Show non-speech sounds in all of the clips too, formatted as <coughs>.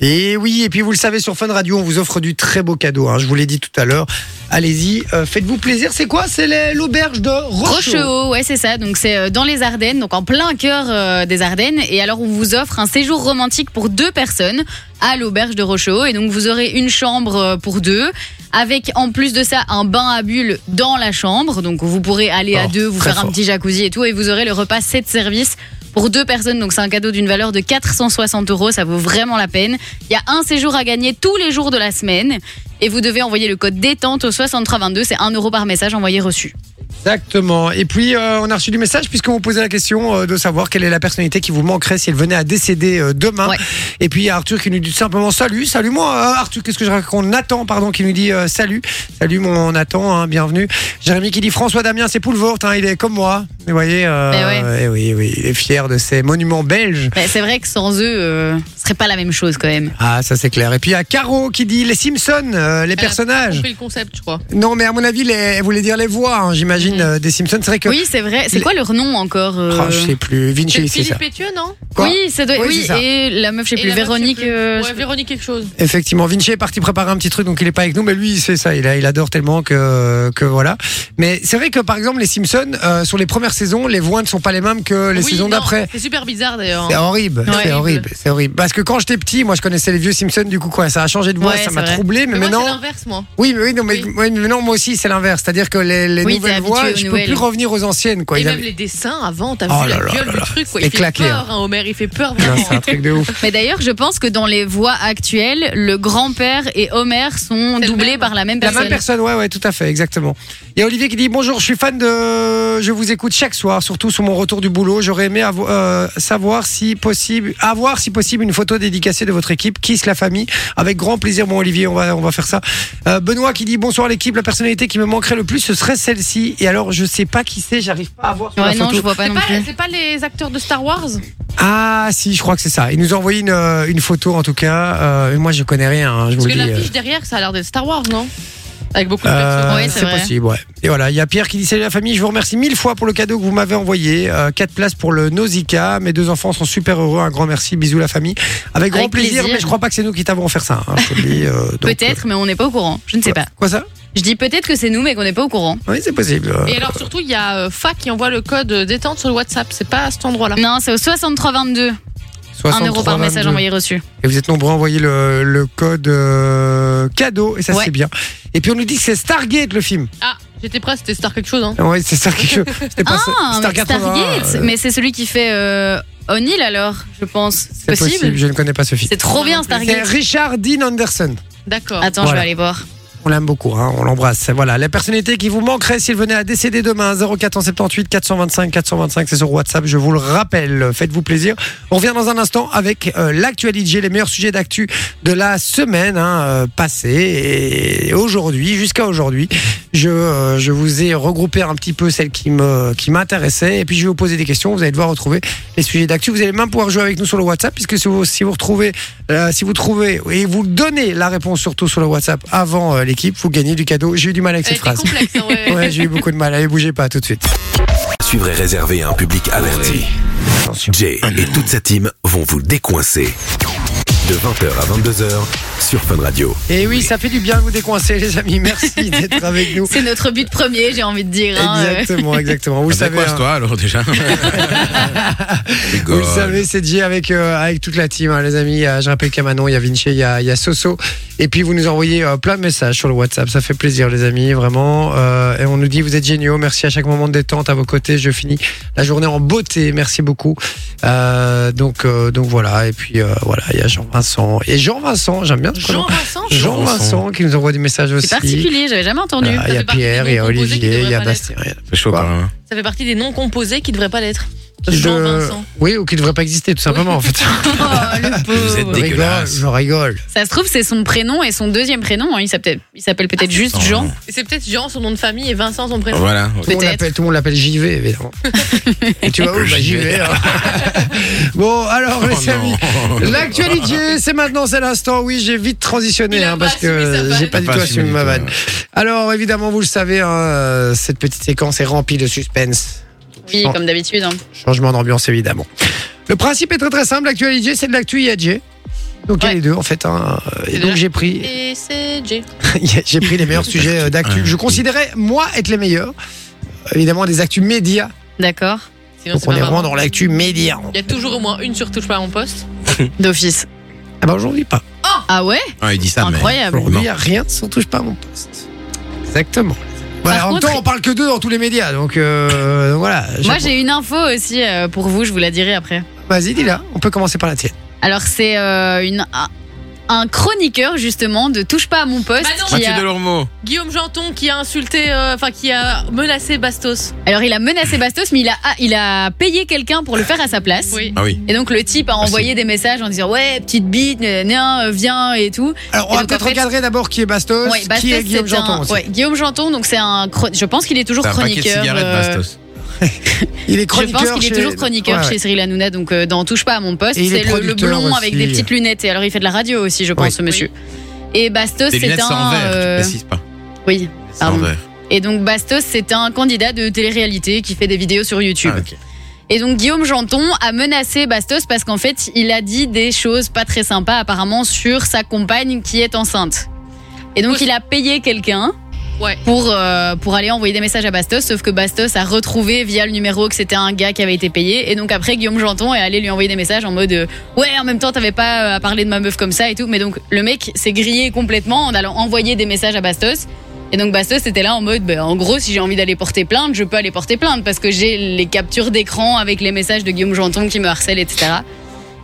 Et oui, et puis vous le savez, sur Fun Radio, on vous offre du très beau cadeau. hein, je vous l'ai dit tout à l'heure. Allez-y, euh, faites-vous plaisir. C'est quoi C'est les- l'auberge de Rocheau. Rocheau, ouais, c'est ça. Donc, c'est euh, dans les Ardennes, donc en plein cœur euh, des Ardennes. Et alors, on vous offre un séjour romantique pour deux personnes à l'auberge de Rocheau. Et donc, vous aurez une chambre euh, pour deux, avec en plus de ça un bain à bulles dans la chambre. Donc, vous pourrez aller à Fort, deux, vous Oh, très faire un fort. petit jacuzzi et tout. Et vous aurez le repas 7 services. Pour deux personnes, donc c'est un cadeau d'une valeur de 460 euros, ça vaut vraiment la peine. Il y a un séjour à gagner tous les jours de la semaine et vous devez envoyer le code détente au 6322, c'est 1 euro par message envoyé reçu. Exactement. Et puis, euh, on a reçu du message puisqu'on vous posait la question euh, de savoir quelle est la personnalité qui vous manquerait si elle venait à décéder euh, demain. Ouais. Et puis, il y a Arthur qui nous dit tout simplement salut, salut moi, euh, Arthur, qu'est-ce que je raconte Nathan, pardon, qui nous dit euh, salut, salut mon Nathan, hein, bienvenue. Jérémy qui dit François Damien, c'est Poulvort, hein, il est comme moi. Vous voyez, euh, Ben eh oui, oui, il est fier de ces monuments belges. Bah, c'est vrai que sans eux, euh, ce serait pas la même chose quand même. Ah, ça c'est clair. Et puis il y a Caro qui dit les Simpsons, euh, les personnages. compris le concept, je crois. Non, mais à mon avis, les, elle voulait dire les voix, hein, j'imagine, euh, des Simpsons. C'est vrai que. Oui, c'est vrai. C'est Il- quoi leur nom encore euh, Oh, je sais plus. C'est Vinci, c'est ça. Philippe Pétieux, non Quoi Oui, ça doit. Oui, Oui, c'est ça. et la meuf, je sais Et plus. la meuf, je sais Véronique. plus. euh, je- Ouais, Véronique quelque chose. Effectivement, Vinci est parti préparer un petit truc, donc il est pas avec nous, mais lui, c'est ça, il, a- il adore tellement que, que voilà. Mais c'est vrai que par exemple, les Simpsons, euh, sur les premières saisons, les voix ne sont pas les mêmes que les Oui, saisons non, d'après. C'est super bizarre d'ailleurs. C'est horrible, c'est Horrible. horrible, c'est horrible. Parce que quand j'étais petit, moi je connaissais les vieux Simpsons, du coup quoi, ça a changé de voix, Ouais, ça c'est m'a vrai. troublé, mais, Mais moi, maintenant. c'est l'inverse, moi. Oui, mais oui, non, mais, Oui. oui, mais non, moi aussi, c'est l'inverse. C'est-à-dire que les, les Oui, t'es nouvelles habitué voix, aux je peux nouvelles. plus revenir aux anciennes, quoi. et Il y même avait- les dessins avant, t'as Oh vu là la là gueule là du là. truc, quoi. C'est Il fait claqué, peur, hein, Homer, il fait peur Non, vraiment. c'est un truc de <laughs> ouf. Mais d'ailleurs, je pense que dans les voix actuelles, le grand-père et Homer sont le doublés même. par la même La personne. même personne, ouais, ouais, tout à fait, exactement. Il y a Olivier qui dit Bonjour, je suis fan de. Je vous écoute chaque soir, surtout sur mon retour du boulot. J'aurais aimé avo- euh, savoir si possible, avoir si possible une photo dédicacée de votre équipe, Kiss la famille. Avec grand plaisir, bon Olivier, on va, on va faire ça. Euh, Benoît qui dit Bonsoir l'équipe, la personnalité qui me manquerait le plus, ce serait celle-ci. Et alors, je sais pas qui c'est, j'arrive pas à voir sur Ouais, la non, photo. je vois pas C'est non pas, plus. c'est pas les acteurs de Star Wars Ah, si, je crois que c'est ça. Il nous a envoyé une, euh, une photo en tout cas. Euh, et moi, je connais rien, hein, je vous le Parce que dis. l'affiche euh. derrière, ça a l'air d'être Star Wars, non Avec beaucoup de Euh, personnes. Ouais, c'est c'est vrai. possible, ouais. Et voilà, il y a Pierre qui dit Salut la famille, je vous remercie mille fois pour le cadeau que vous m'avez envoyé. Euh, quatre places pour le Nausicaa. Mes deux enfants sont super heureux. Un grand merci, bisous la famille. Avec grand Avec plaisir, plaisir. mais je crois pas que c'est nous qui t'avons offert ça. hein, je te le dis, euh, donc, Peut-être, mais on n'est pas au courant. Je ne sais euh, pas. Quoi ça Je dis peut-être que c'est nous, mais qu'on n'est pas au courant. Oui, c'est possible. euh. Et alors surtout, il y a euh, Fa qui envoie le code euh, détente sur le WhatsApp. C'est pas à cet endroit-là. Non, c'est au 6322, 1 euro 63, par message 22. envoyé reçu. Et vous êtes nombreux à envoyer le, le code euh, cadeau, et ça Ouais. c'est bien. Et puis on nous dit que c'est Stargate le film. Ah, j'étais prêt, c'était Star quelque chose. Hein. Ah Ouais, c'est Star <laughs> quelque chose. C'était pas Ah, Star mais 81, Stargate euh, Mais c'est celui qui fait euh, O'Neill alors, je pense. C'est c'est possible. possible Je ne connais pas ce film. C'est trop Moi bien non plus. C'est Stargate. Richard Dean Anderson. D'accord. Attends, je Voilà. vais aller voir. On l'aime beaucoup, hein, on l'embrasse. Voilà, la personnalité qui vous manquerait s'il venait à décéder demain, 0478 425 425, c'est sur WhatsApp, je vous le rappelle. Faites-vous plaisir. On revient dans un instant avec euh, l'actualité, les meilleurs sujets d'actu de la semaine hein, euh, passée et aujourd'hui, jusqu'à aujourd'hui. Je, euh, je vous ai regroupé un petit peu celles qui me qui m'intéressaient et puis je vais vous poser des questions. Vous allez devoir retrouver les sujets d'actu. Vous allez même pouvoir jouer avec nous sur le WhatsApp puisque si vous, si vous retrouvez euh, si vous trouvez et vous donnez la réponse surtout sur le WhatsApp avant euh, l'équipe, vous gagnez du cadeau. J'ai eu du mal avec Elle cette était phrase. complexe, hein, ouais. <laughs> Ouais, j'ai eu beaucoup de mal. Allez, bougez pas tout de suite. Suivre est réservé à un public averti. Attention. Jay et toute sa team vont vous décoincer. De 20h à 22h sur Fun Radio. Et oui, ça fait du bien de vous décoincer, les amis. <laughs> Merci d'être avec nous. C'est notre but premier, j'ai envie de dire. hein, euh. Exactement, exactement. Vous le Vous savez savez, quoi, hein. toi, alors, déjà Vous le savez, c'est dit avec, euh, avec toute la team, hein, les amis. Il y a- Je rappelle qu'il y a Manon, il y a Vinci, il y a, il y a Soso. Et puis, vous nous envoyez euh, plein de messages sur le WhatsApp. Ça fait plaisir, les amis, vraiment. Euh, et on nous dit, vous êtes géniaux. Merci à chaque moment de détente à vos côtés. Je finis la journée en beauté. Merci beaucoup. Euh, donc, euh, donc voilà. Et puis, euh, voilà, il y a Jean-Vincent. Et Jean-Vincent, j'aime bien ce prénom. Jean-Vincent Jean-Vincent qui nous envoie des messages aussi. Ah, C'est particulier, j'avais jamais entendu. Voilà, il y a Ça fait partie des Pierre, il y a Olivier, il noms composés qui y a devraient pas Bastien. Bah, il y a- C'est chaud, Quoi quand même. hein. Ça fait partie des noms composés qui devraient pas l'être. qui de- Jean-Vincent. hein. Oui, ou qui ne devrait pas exister, tout simplement, en fait. <laughs> Oh, le Vous pauvre. êtes Je rigole, <laughs> dégueulasse. je rigole. Ça se trouve, c'est son prénom et son deuxième prénom. hein. Il s'appelle il s'appelle Ah, peut-être juste Jean. Et C'est peut-être Jean, son nom de famille, et Vincent, son prénom. Voilà. Tout le monde Peut-être. l'appelle- tout le monde l'appelle JV, évidemment. Et tu vas où bah, JV. hein. <laughs> bon, alors, Oh les amis. non. L'actualité, c'est maintenant, c'est l'instant. Oui, j'ai vite transitionné Il a hein, pas parce assumé sa que vanne. j'ai pas du Pas tout assumé assumé du ma tout, vanne. Alors, évidemment, vous le savez, hein, euh, cette petite séquence est remplie de suspense. Oui, Jean. comme d'habitude. hein. Changement d'ambiance, évidemment. Le principe est très très simple. L'actualité, c'est de l'actu IAG. Donc il y a Ouais. les deux en fait. hein. Euh, Et C'est donc déjà- j'ai pris, Et c'est J. <laughs> j'ai pris les meilleurs sujets euh, d'actu. Je considérais moi être les meilleurs. Évidemment des actus médias. D'accord. Sinon, Donc c'est on pas est vraiment marrant. dans l'actu média. Il y a toujours au moins une sur Touche pas à mon poste. D'office. Ah bah aujourd'hui pas. Ah ouais Ouais, il dit ça, mais. Incroyable. Aujourd'hui il n'y a rien, si on touche pas à mon poste. Exactement. Voilà, Par en même contre- temps on parle que d'eux dans tous les médias. Donc <laughs> euh, voilà. Moi j'ai une info aussi euh, pour vous, je vous la dirai après. Vas-y dis-la, on peut commencer par la tienne. Alors c'est euh, une un- un chroniqueur justement de touche pas à mon poste Bah non. qui Mathieu a- Delormeau. Guillaume Janton qui a insulté, euh, enfin qui a menacé Bastos. alors il a menacé Bastos mais il a ah, il a payé quelqu'un pour le faire à sa place. Oui. Ah oui. Et donc le type a envoyé des messages en disant ouais petite bite nan, nan, euh, viens et tout. Alors on Et va donc, peut-être en fait- recadrer d'abord qui est Bastos, Ouais, Bastos, qui est Guillaume c'est un- Janton aussi. ouais, Guillaume Janton donc c'est un chron- je pense qu'il est toujours T'as un paquet de chroniqueur. cigarettes, euh, Bastos. Il est Je chroniqueur. pense qu'il est chez- toujours chroniqueur Ouais, ouais. chez Cyril Hanouna, donc euh, dans Touche pas à mon poste. Et il est C'est le, le producteur blond avec aussi. des petites lunettes. Et alors il fait de la radio aussi, je pense, Oui. ce monsieur. Et Bastos, Des c'est lunettes, c'est en un. verre, tu euh, précises pas. oui. C'est en Pardon. verre. Et donc Bastos, c'est un candidat de télé-réalité qui fait des vidéos sur YouTube. Ah, ok. Et donc Guillaume Janton a menacé Bastos parce qu'en fait, il a dit des choses pas très sympas apparemment sur sa compagne qui est enceinte. Et donc Oui. il a payé quelqu'un Ouais. pour, euh, pour aller envoyer des messages à Bastos, sauf que Bastos a retrouvé via le numéro que c'était un gars qui avait été payé. Et donc après, Guillaume Janton est allé lui envoyer des messages en mode euh, Ouais, en même temps, t'avais pas euh, à parler de ma meuf comme ça et tout. Mais donc le mec s'est grillé complètement en allant envoyer des messages à Bastos. Et donc Bastos était là en mode, ben, en gros, si j'ai envie d'aller porter plainte, je peux aller porter plainte parce que j'ai les captures d'écran avec les messages de Guillaume Janton qui me harcèle, etc.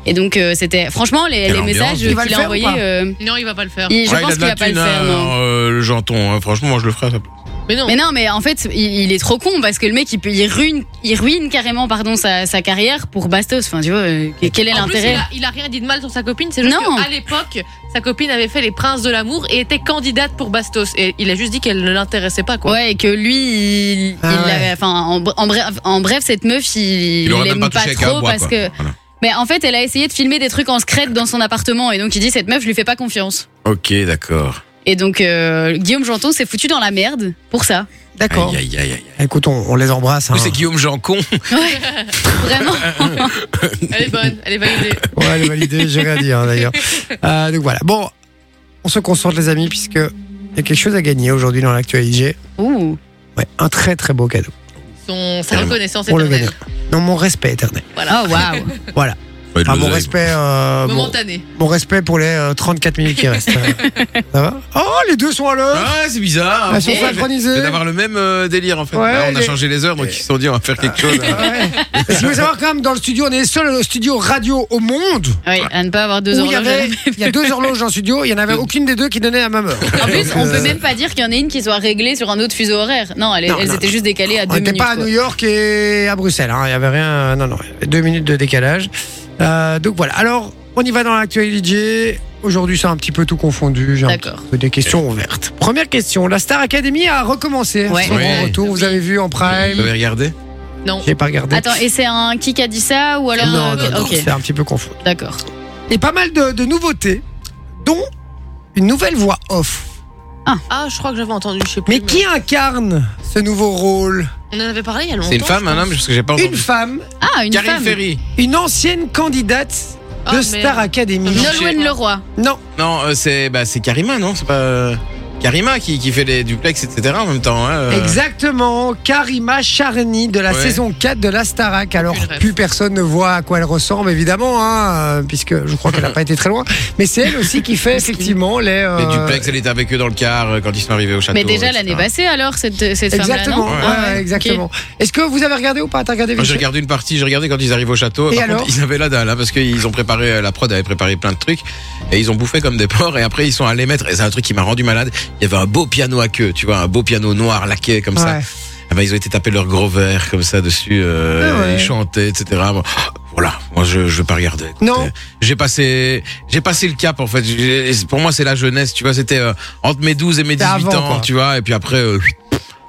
Et donc euh, c'était, franchement, les, Quelle les ambiance. messages Il va le qu'il a faire ou envoyés, pas euh, Non, il va pas le faire. il- je Ouais, pense il a de qu'il la va pas le thune, faire. hein, non. euh, le janton. hein. Franchement, moi, je le ferais à sa place. Mais non. Mais non, mais en fait, il, il est trop con parce que le mec, il, peut- il ruine, il ruine carrément, pardon, sa, sa carrière pour Bastos. Enfin, tu vois, euh, quel est En plus, il l'intérêt a, il a rien dit de mal sur sa copine. C'est juste Non. qu'à l'époque, sa copine avait fait les princes de l'amour et était candidate pour Bastos. Et il a juste dit qu'elle ne l'intéressait pas, quoi. Ouais, et que lui, il, Ah il ouais. l'avait- enfin, en, br- en bref, en bref, cette meuf, il, Il aurait l'aime même pas touché avec trop un bois, parce quoi. que. Voilà. Mais en fait, elle a essayé de filmer des trucs en secret dans son appartement et donc il dit cette meuf, je lui fais pas confiance. Ok, d'accord. Et donc euh, Guillaume Janton s'est foutu dans la merde pour ça. D'accord. Aïe, aïe, aïe, aïe. Écoute, on, on les embrasse. hein. Ou c'est Guillaume Jancon. <laughs> Vraiment. Elle est bonne, elle est validée. Ouais, elle est <laughs> validée, j'ai rien à dire hein, d'ailleurs. Euh, donc voilà. Bon, on se concentre les amis puisque il y a quelque chose à gagner aujourd'hui dans l'actualité. Ouh. Ouais, un très très beau cadeau Son, sa reconnaissance pour le éternelle. gagnant. Non, mon respect éternel. Oh waouh. Ah, Ouais, Ah, le mon zèbre. respect, euh, mon, Momentané. mon respect pour les euh, 34 minutes qui <laughs> restent. Euh, Ça va Oh, les deux sont à l'heure. Ah, c'est bizarre. Elles sont Pourquoi synchronisées. j'ai- D'avoir le même euh, délire en fait. Ouais, Là, on a les- changé les heures, donc ils se sont dit on va faire quelque chose. Ah Ouais. Si vous voulez savoir quand même, dans le studio, on est le seul studio radio au monde Oui, à ne pas avoir où deux il y horloges. avait, il y a deux horloges dans le studio, il n'y en avait aucune des deux qui donnait la même heure. En plus, on Euh, peut même pas dire qu'il y en a une qui soit réglée sur un autre fuseau horaire. Non, elles, Non, elles non. étaient juste décalées à On deux n'était minutes. pas à quoi. New York et à Bruxelles. hein. Il y avait rien. Non, non. il y avait Deux minutes de décalage. Euh, donc voilà. Alors, on y va dans l'actualité. Aujourd'hui, c'est un petit peu tout confondu. J'ai un D'accord. petit peu des questions ouvertes. Première question. La Star Academy a recommencé. Ouais. Son grand Ouais. retour. Vous avez vu en Vous Prime. avez regardé Non. J'ai pas regardé. Attends, et c'est un qui qui a dit ça ou alors euh, non, non, non, Ok, c'est un petit peu confus. d'accord. Et pas mal de, de nouveautés, dont une nouvelle voix off. Ah, je crois que j'avais entendu, je sais plus. Mais qui incarne ce nouveau rôle On en avait parlé il y a longtemps. C'est une femme, un homme, parce que j'ai pas Une entendu. femme, Ah, une Karine femme. Ferry. une ancienne candidate Ah, de Oh, merde. Star Academy. Non. Nolwenn Leroy. Non, Non, euh, c'est bah, c'est Karima, non C'est pas euh, Karima qui, qui fait les duplex, etc. en même temps. hein, euh. Exactement, Karima Charny de la Ouais. saison 4 de la Starac. Alors, Aucune rêve. plus personne ne voit à quoi elle ressemble, évidemment, hein, euh, puisque je crois qu'elle n'a <laughs> pas été très loin. Mais c'est elle aussi qui fait effectivement les. euh, Les duplex, elle était avec eux dans le car euh, quand ils sont arrivés au château. Mais déjà etc. l'année passée alors cette, euh, cette femme-là, Exactement, non ouais, Ah ouais, exactement. ok. Est-ce que vous avez regardé ou pas T'as regardé Moi, vite J'ai regardé une partie, j'ai regardé quand ils arrivent au château. Et Par alors contre, ils avaient la dalle, hein, parce qu'ils ont préparé, euh, la prod avait préparé plein de trucs, et ils ont bouffé comme des porcs, et après ils sont allés mettre, et c'est un truc qui m'a rendu malade. Il y avait un beau piano à queue, tu vois, un beau piano noir laqué comme ça. Ouais. Ah ben, ils ont été tapés leur gros verre comme ça dessus, euh, Ah ouais. ils chantaient, etc. Bon, voilà, moi je je vais pas regarder. écoute. Non. Euh, J'ai passé j'ai passé le cap en fait. J'ai- Pour moi c'est la jeunesse, tu vois, c'était euh, entre mes 12 et mes C'était 18 avant, ans, quoi. tu vois, et puis après euh,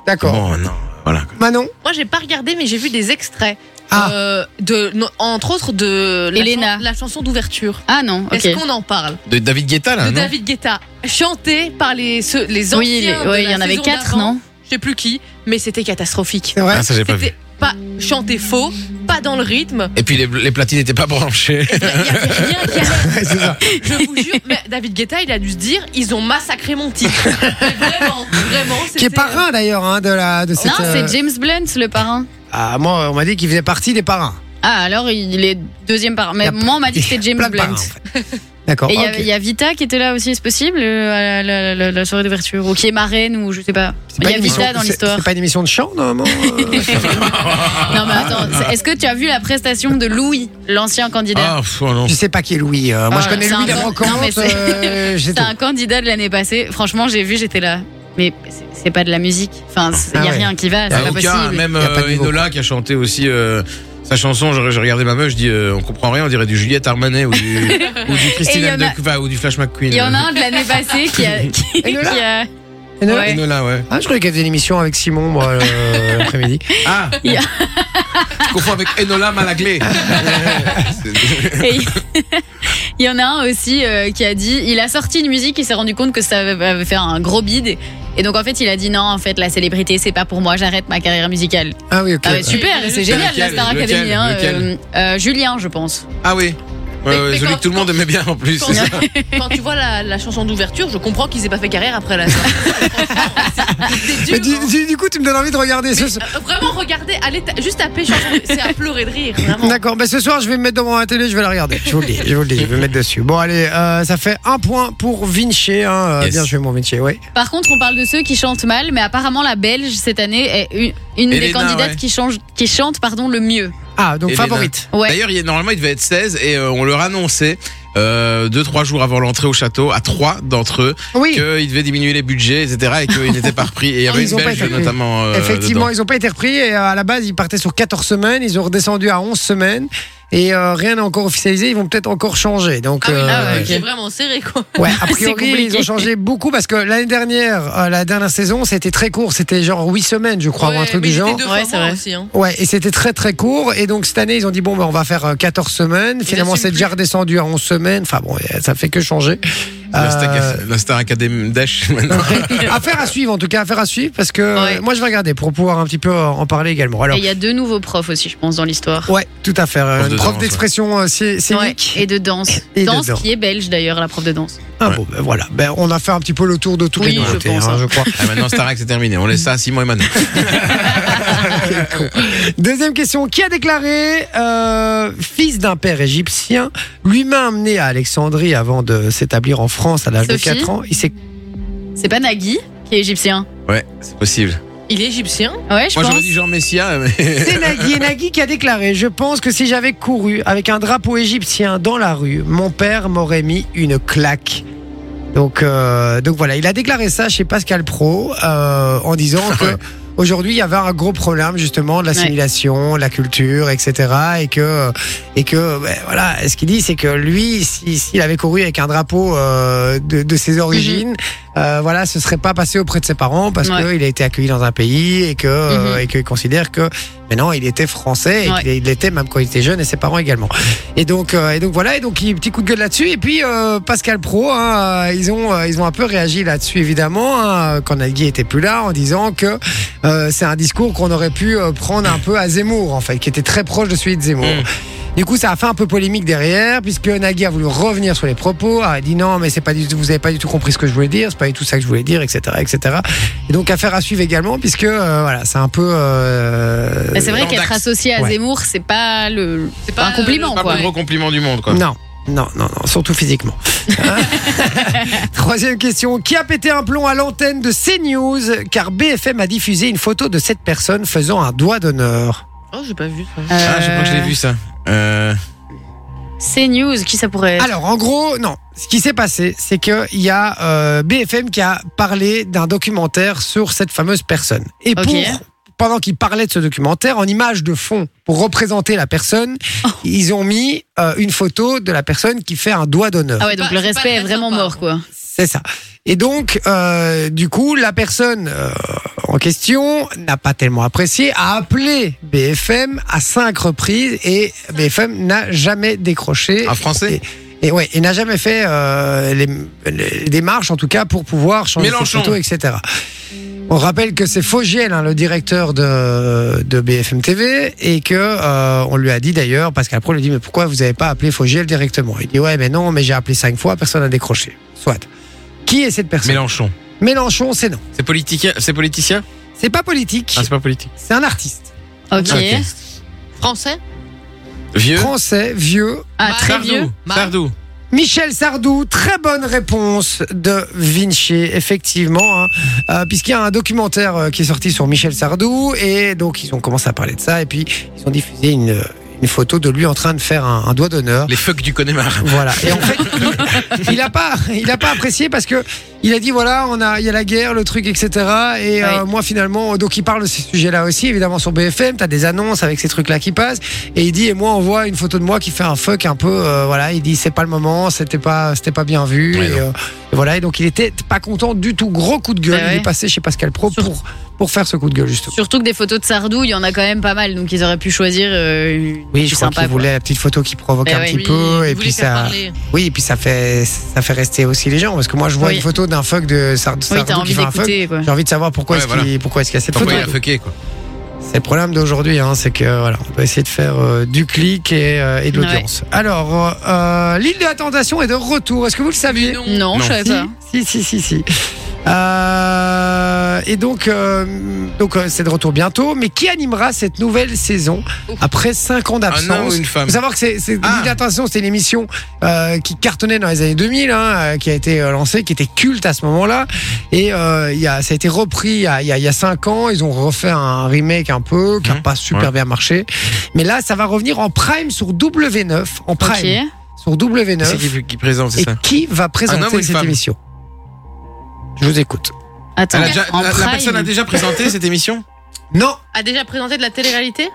D'accord. bon non, voilà. quoi. Manon Moi, j'ai pas regardé, mais j'ai vu des extraits. Ah. Euh, de, non, entre autres de la Elena. chan- la chanson d'ouverture. Ah non, ok. Est-ce qu'on en parle De David Guetta là, De Ah, non David Guetta, chanté par les, ceux, les anciens. Oui, les- de ouais, il la y en avait saison quatre, d'avant. non Je sais plus qui, mais c'était catastrophique. C'est vrai Ah ça Ah, j'ai pas vu. C'était pas chanté faux, pas pas dans le rythme. Et puis les, les platines n'étaient pas branchées. Il y avait rien qui <laughs> allait. C'est <laughs> ça. Je vous jure, mais David Guetta, il a dû se dire, ils ont massacré mon <laughs> titre. Mais vraiment, vraiment. Qui est c'était- parrain d'ailleurs hein, de la de cette. Non, euh, c'est James Blunt, le parrain. Ah moi on m'a dit qu'il faisait partie des parrains. Ah, alors il est deuxième parrain. Il y Mais a moi, on m'a dit que c'était James Plein de parrains, Blunt. en fait. D'accord. Et il y a- ok. il y, a Vita qui était là aussi, est-ce possible, euh, à la, la- la- la soirée d'ouverture Ou qui est marraine, ou je sais pas. C'est Il pas y a une émission- Vita dans c'est- l'histoire. C'est pas une émission de chant <laughs> normalement. euh, Non, mais attends, c'est- est-ce que tu as vu la prestation de Louis, l'ancien candidat Ah, pff, oh non. Je sais pas qui est Louis. euh, moi Ah, je connais c'est Louis un grand- d'avant-Kant, non, mais c'est- <laughs> euh, j'ai C'est tout. un candidat de l'année passée. Franchement, j'ai vu, j'étais là. Mais c'est- c'est pas de la musique. Enfin, il Ah n'y a ouais. rien qui va, Il y a c'est pas aucun, possible. même Il y a pas de euh, niveau. Enola qui a chanté aussi euh, sa chanson. Je, je regardais ma meuf, je dis, euh, on comprend rien, on dirait du Juliette Armanet <laughs> ou du, ou du Christine Et il y Anne en a- de Cuva ou du Flash McQueen. euh, Il y en a un de l'année passée qui <laughs> a. qui- Et Lola qui a- Et Lola ouais. Enola, ouais. Ah, je croyais qu'elle faisait une émission avec Simon moi <laughs> le- l'après-midi. Ah Il <laughs> y a- Je confonds avec Enola Malaglé. Et il- <laughs> il y en a un aussi euh, qui a dit, il a sorti une musique et s'est rendu compte que ça va faire un gros bide. Et donc en fait, il a dit non, en fait, la célébrité, c'est pas pour moi, j'arrête ma carrière musicale. Ah oui ok. Ah ouais, super, Et c'est génial lequel, la Star lequel, Academy. hein, lequel euh, euh, Julien, je pense. ah oui. Ouais, Mais- ouais, mais celui quand- que tout le monde aimait bien en plus. Quand, quand tu vois la, la chanson d'ouverture, je comprends qu'ils aient pas fait carrière après la <laughs> soirée. Franchement, c'est- Mais c'est du, dur, hein. du- du coup tu me donnes envie de regarder ce. ce- Euh, Vraiment, regardez, allez, ta- juste taper chanson, c'est à pleurer de rire, vraiment. D'accord, mais ce soir je vais me mettre devant la télé, je vais la regarder. Je vous le dis, je vous le dis, je vais me mettre dessus. Bon allez, euh, ça fait un point pour Vinci. Hein, euh, Yes. Bien joué mon Vinci, ouais. Par contre, on parle de ceux qui chantent mal, mais apparemment la Belge cette année est une, une des Elena, candidates ouais. qui, change, qui chante pardon, le mieux. Ah donc Elena. favorite. Ouais. D'ailleurs, il y a- normalement, il devait être 16 et euh, on leur annonçait euh, deux trois jours avant l'entrée au château à trois d'entre eux Oui. qu'ils devaient diminuer les budgets, etc. et qu'ils n'étaient pas repris. Et il y Ah, avait ils une ont pas Belge été- notamment. euh, Effectivement, dedans. ils n'ont pas été repris et euh, à la base, ils partaient sur 14 semaines, ils ont redescendu à 11 semaines et euh, rien n'est encore officialisé, ils vont peut-être encore changer. Donc Ah oui, euh, ah ouais, ok. c'est vraiment serré quoi. ouais, a <laughs> C'est priori, compliqué. ils ont changé beaucoup parce que l'année dernière, euh, la dernière saison, c'était très court, c'était genre 8 semaines, je crois, ou un Ouais, truc mais du ils genre. étaient deux Ouais, fois c'est moins vrai. aussi, hein. Ouais, et c'était très très court. Et donc cette année, ils ont dit bon, ben, on va faire euh, 14 semaines. Finalement, assument c'est déjà redescendu à 11 semaines. Enfin bon, euh, ça fait que changer. La Euh, Star- La Star Academy Dash maintenant. <laughs> affaire à suivre en tout cas, affaire à suivre parce que euh, Ouais. moi je vais regarder pour pouvoir un petit peu euh, en parler également. Alors Et il y a deux nouveaux profs aussi, je pense, dans l'histoire. ouais, tout à fait. Euh, Une Prof de prof danse, d'expression euh, scé- scénique. Ouais, Et de danse. Et de danse danse. qui est belge d'ailleurs, la prof de danse. Ah bon, ben voilà. Ben on a fait un petit peu le tour de tous Oui, les je nouveautés, pense, hein, hein. je crois. Ah, maintenant, Starac, c'est terminé. On laisse ça à Simon et Manon. Deuxième question. Qui a déclaré, euh, fils d'un père égyptien, l'humain amené à Alexandrie avant de s'établir en France à l'âge de Sophie 4 ans, il s'est C'est pas Nagui qui est égyptien Ouais, c'est possible. Il est égyptien Ouais, je Moi, j'aurais pense. dit Jean Messia, mais. C'est Nagui, et Nagui qui a déclaré Je pense que si j'avais couru avec un drapeau égyptien dans la rue, mon père m'aurait mis une claque. Donc, euh, donc voilà, il a déclaré ça chez Pascal Pro euh, en disant que. Aujourd'hui, il y avait un gros problème justement de l'assimilation, de la culture, etc. Et que, et que, ben, voilà, ce qu'il dit, c'est que lui, si- s'il avait couru avec un drapeau euh, de, de ses origines, euh, voilà, ce serait pas passé auprès de ses parents parce Ouais. qu'il a été accueilli dans un pays et que, euh, Mhm. et qu'il considère que mais non, il était français, et Ouais. qu'il- il l'était même quand il était jeune et ses parents également. Et donc, euh, et donc voilà, et donc il- petit coup de gueule là-dessus. Et puis euh, Pascal Pro, hein, euh, ils ont, euh, ils ont un peu réagi là-dessus évidemment hein, quand Nagui était plus là, en disant que euh, c'est un discours qu'on aurait pu euh, prendre un peu à Zemmour en fait, qui était très proche de celui de Zemmour. Mm. Du coup, ça a fait un peu polémique derrière, puisque Nagui a voulu revenir sur les propos, a dit non, mais c'est pas du tout, vous avez pas du tout compris ce que je voulais dire, c'est pas du tout ça que je voulais dire, etc., etc. Et donc affaire à suivre également, puisque euh, voilà, c'est un peu. euh, Bah, c'est vrai qu'être Landax. associé à Ouais. Zemmour, c'est pas le, c'est pas pas un compliment <laughs> Pas quoi. le gros compliment du monde, quoi. Non, non, non, non, surtout physiquement. Hein Troisième question. Qui a pété un plomb à l'antenne de CNews car BFM a diffusé une photo de cette personne faisant un doigt d'honneur Oh, j'ai pas vu ça. Euh, Ah, je crois que je l'ai vu, ça. Euh, C'est News, qui ça pourrait être Ah, Alors, en gros, non. Ce qui s'est passé, c'est qu'il y a euh, BFM qui a parlé d'un documentaire sur cette fameuse personne. Et Ok. pour. Pendant qu'il parlait de ce documentaire, en image de fond, pour représenter la personne, ils ont mis euh, une photo de la personne qui fait un doigt d'honneur. Ah ouais, donc pas- le c'est pas respect est très vraiment sympa. mort quoi. C'est ça. Et donc, euh, du coup, la personne euh, en question n'a pas tellement apprécié, a appelé BFM à cinq reprises et BFM n'a jamais décroché. Un Français Et, et ouais, et n'a jamais fait euh, les, les démarches, en tout cas, pour pouvoir changer ses Mélenchon. photos, etc. On rappelle que c'est Fogiel, hein, le directeur de, de BFM TV, et que euh, on lui a dit d'ailleurs, Pascal Pro lui dit mais pourquoi vous n'avez pas appelé Fogiel directement Il dit ouais mais non, mais j'ai appelé cinq fois, personne n'a décroché. Soit. Qui est cette personne Mélenchon. Mélenchon, c'est non. C'est politique, c'est politicien C'est pas politique, Ah, c'est pas politique. c'est un artiste. Ok. Ok. Français Vieux Français, vieux. Ah, Bah, très Sardou. vieux. Mar- Sardou. Michel Sardou, très bonne réponse de Vinci, effectivement, hein. Euh, puisqu'il y a un documentaire euh, qui est sorti sur Michel Sardou, et donc ils ont commencé à parler de ça, et puis ils ont diffusé une, une photo de lui en train de faire un, un doigt d'honneur. Les fucks du Connemara. Voilà. Et en fait, <laughs> il- il a pas, il a pas apprécié parce que il a dit voilà, on a, il y a la guerre, le truc, etc. Et euh, moi finalement, donc il parle de ces sujets-là aussi, évidemment sur BFM, t'as des annonces avec ces trucs-là qui passent. Et il dit et moi on voit une photo de moi qui fait un fuck un peu, euh, voilà, il dit c'est pas le moment, c'était pas, c'était pas bien vu. Ouais, et, non. euh, et voilà. Et donc il était pas content du tout, gros coup de gueule. Ouais, Il est ouais. passé chez Pascal Pro Sur- pour pour faire ce coup de gueule justement. Surtout que des photos de Sardou, il y en a quand même pas mal, donc ils auraient pu choisir euh, une Oui, plus je crois sympa, qu'il quoi. voulait la petite photo qui provoque Eh un ouais. petit Oui, peu, il et voulait puis faire ça. parler. Oui, et puis ça fait, ça fait rester aussi les gens. Parce que moi, je vois Oui. une photo d'un fuck de Sard- Sardou Oui, t'as qui envie fait un fuck. d'écouter, quoi. J'ai envie de savoir pourquoi Ouais, est-ce voilà. qu'il pourquoi est-ce qu'il y a cette Pourquoi il a photo. fucké, quoi C'est le problème d'aujourd'hui, hein, c'est que voilà, on doit essayer de faire euh, du clic et, euh, et de Ouais. l'audience. Alors, euh, euh, l'île de la tentation est de retour. Est-ce que vous le saviez Non, Non. je savais si, pas. si, si, si, si. Euh, et donc, euh, donc euh, c'est de retour bientôt. Mais qui animera cette nouvelle saison après 5 ans Un d'absence homme ou une femme faut savoir que c'est, c'est Ah. L'île d'attention, c'était une émission euh, qui cartonnait dans les années 2000, hein, euh, qui a été euh, lancée, qui était culte à ce moment-là. Et euh, il y a, ça a été repris il y a, il y a- il y a cinq ans. Ils ont refait un remake un peu, qui n'a Mhm. pas super Ouais. bien marché. Mais là, ça va revenir en prime sur W9. En prime. Ok. Sur W9. C'est qui qui présente, c'est et ça qui va homme ou présenter une cette femme émission Je vous écoute. Attends, Elle a déjà- en la, la prime. personne a déjà présenté cette émission Non, A déjà présenté de la télé-réalité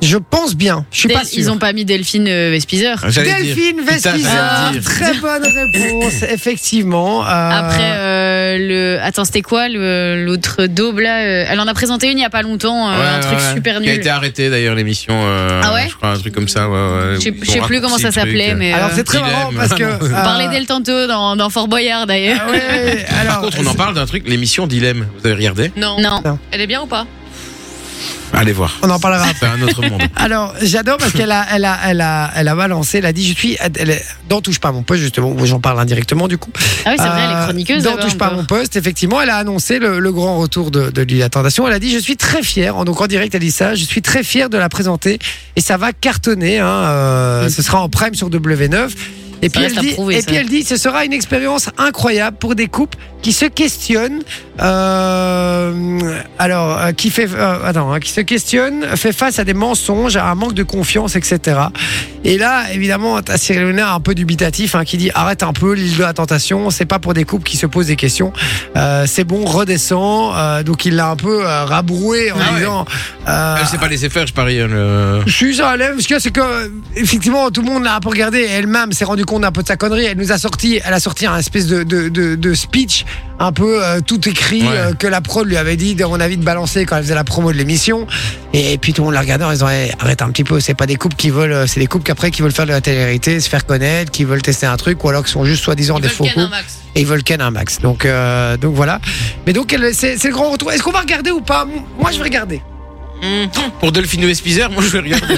je pense bien. Je suis Del- pas sûr. Ils ont pas mis Delphine euh, Vespizer. J'allais dire. Delphine Putain, j'allais Vespizer, dire. très bonne <laughs> réponse, effectivement. Euh, Après euh, le, attends, c'était quoi le- l'autre daube là euh, Elle en a présenté une il y a pas longtemps, euh, Ouais, un ouais, truc ouais. super Qui a nul. été arrêté d'ailleurs l'émission. euh, Ah ouais Je crois un truc comme ça. ouais, ouais. Je sais- Ils ont je sais plus raccourci comment le ça truc, s'appelait, euh. mais. Alors euh, c'est très Il marrant aime. parce que. <laughs> On on parlait euh, d'elle tantôt dans, dans Fort Boyard d'ailleurs. Ah ouais, alors, Par contre, on en parle d'un truc, l'émission Dilemme. Vous avez regardé Non. Non. Elle est bien ou pas Allez voir. on en parlera. C'est un autre monde. Alors, j'adore parce qu'elle a, elle a, elle a, elle a balancé, elle a dit, je suis, elle est- dans touche pas à mon poste, justement, où j'en parle indirectement, du coup. Ah oui, c'est vrai, elle est Euh, chroniqueuse. Dans là-bas, touche pas à encore. mon poste, effectivement, elle a annoncé le, le grand retour de, de Lily Attendation. Elle a dit, je suis très fière, en, donc en direct, elle dit ça, je suis très fière de la présenter et ça va cartonner, hein, euh, Mm. ce sera en prime sur W9. Et puis, reste elle à dit, prouver, et ça. puis elle dit, ce sera une expérience incroyable pour des couples qui se questionnent, euh, alors euh, qui fait, euh, attends, hein, qui se questionnent, fait face à des mensonges, à un manque de confiance, etc. Et là, évidemment, t'as Cyril Hanouna un peu dubitatif hein, qui dit arrête un peu l'île de la tentation, c'est pas pour des couples qui se posent des questions. Euh, c'est bon, redescend. Euh, donc il l'a un peu euh, rabroué en Ah ouais. disant. euh, Elle s'est pas laissé faire, je parie. hein, <laughs> le- je suis à l'aise, parce que c'est que, euh, effectivement, tout le monde l'a un peu regardé. Elle-même s'est rendue compte un peu de sa connerie. Elle nous a sorti, elle a sorti un espèce de, de, de, de speech, un peu euh, tout écrit, Ouais. euh, que la prod lui avait dit, dans mon avis, de balancer quand elle faisait la promo de l'émission. Et, puis tout le monde l'a regardé en disant, Eh, arrête un petit peu, c'est pas des couples qui veulent, euh, c'est des couples qu'après qui veulent faire de la télé-réalité, se faire connaître, qui veulent tester un truc, ou alors qui sont juste soi-disant des faux Vulcan, un couples max. et ils veulent ken un max. Donc, euh, donc voilà. Mais donc, elle- c'est c'est le grand retour. Est-ce qu'on va regarder ou pas Moi, je vais regarder. Pour Delphine Vespizer, moi je vais regarder.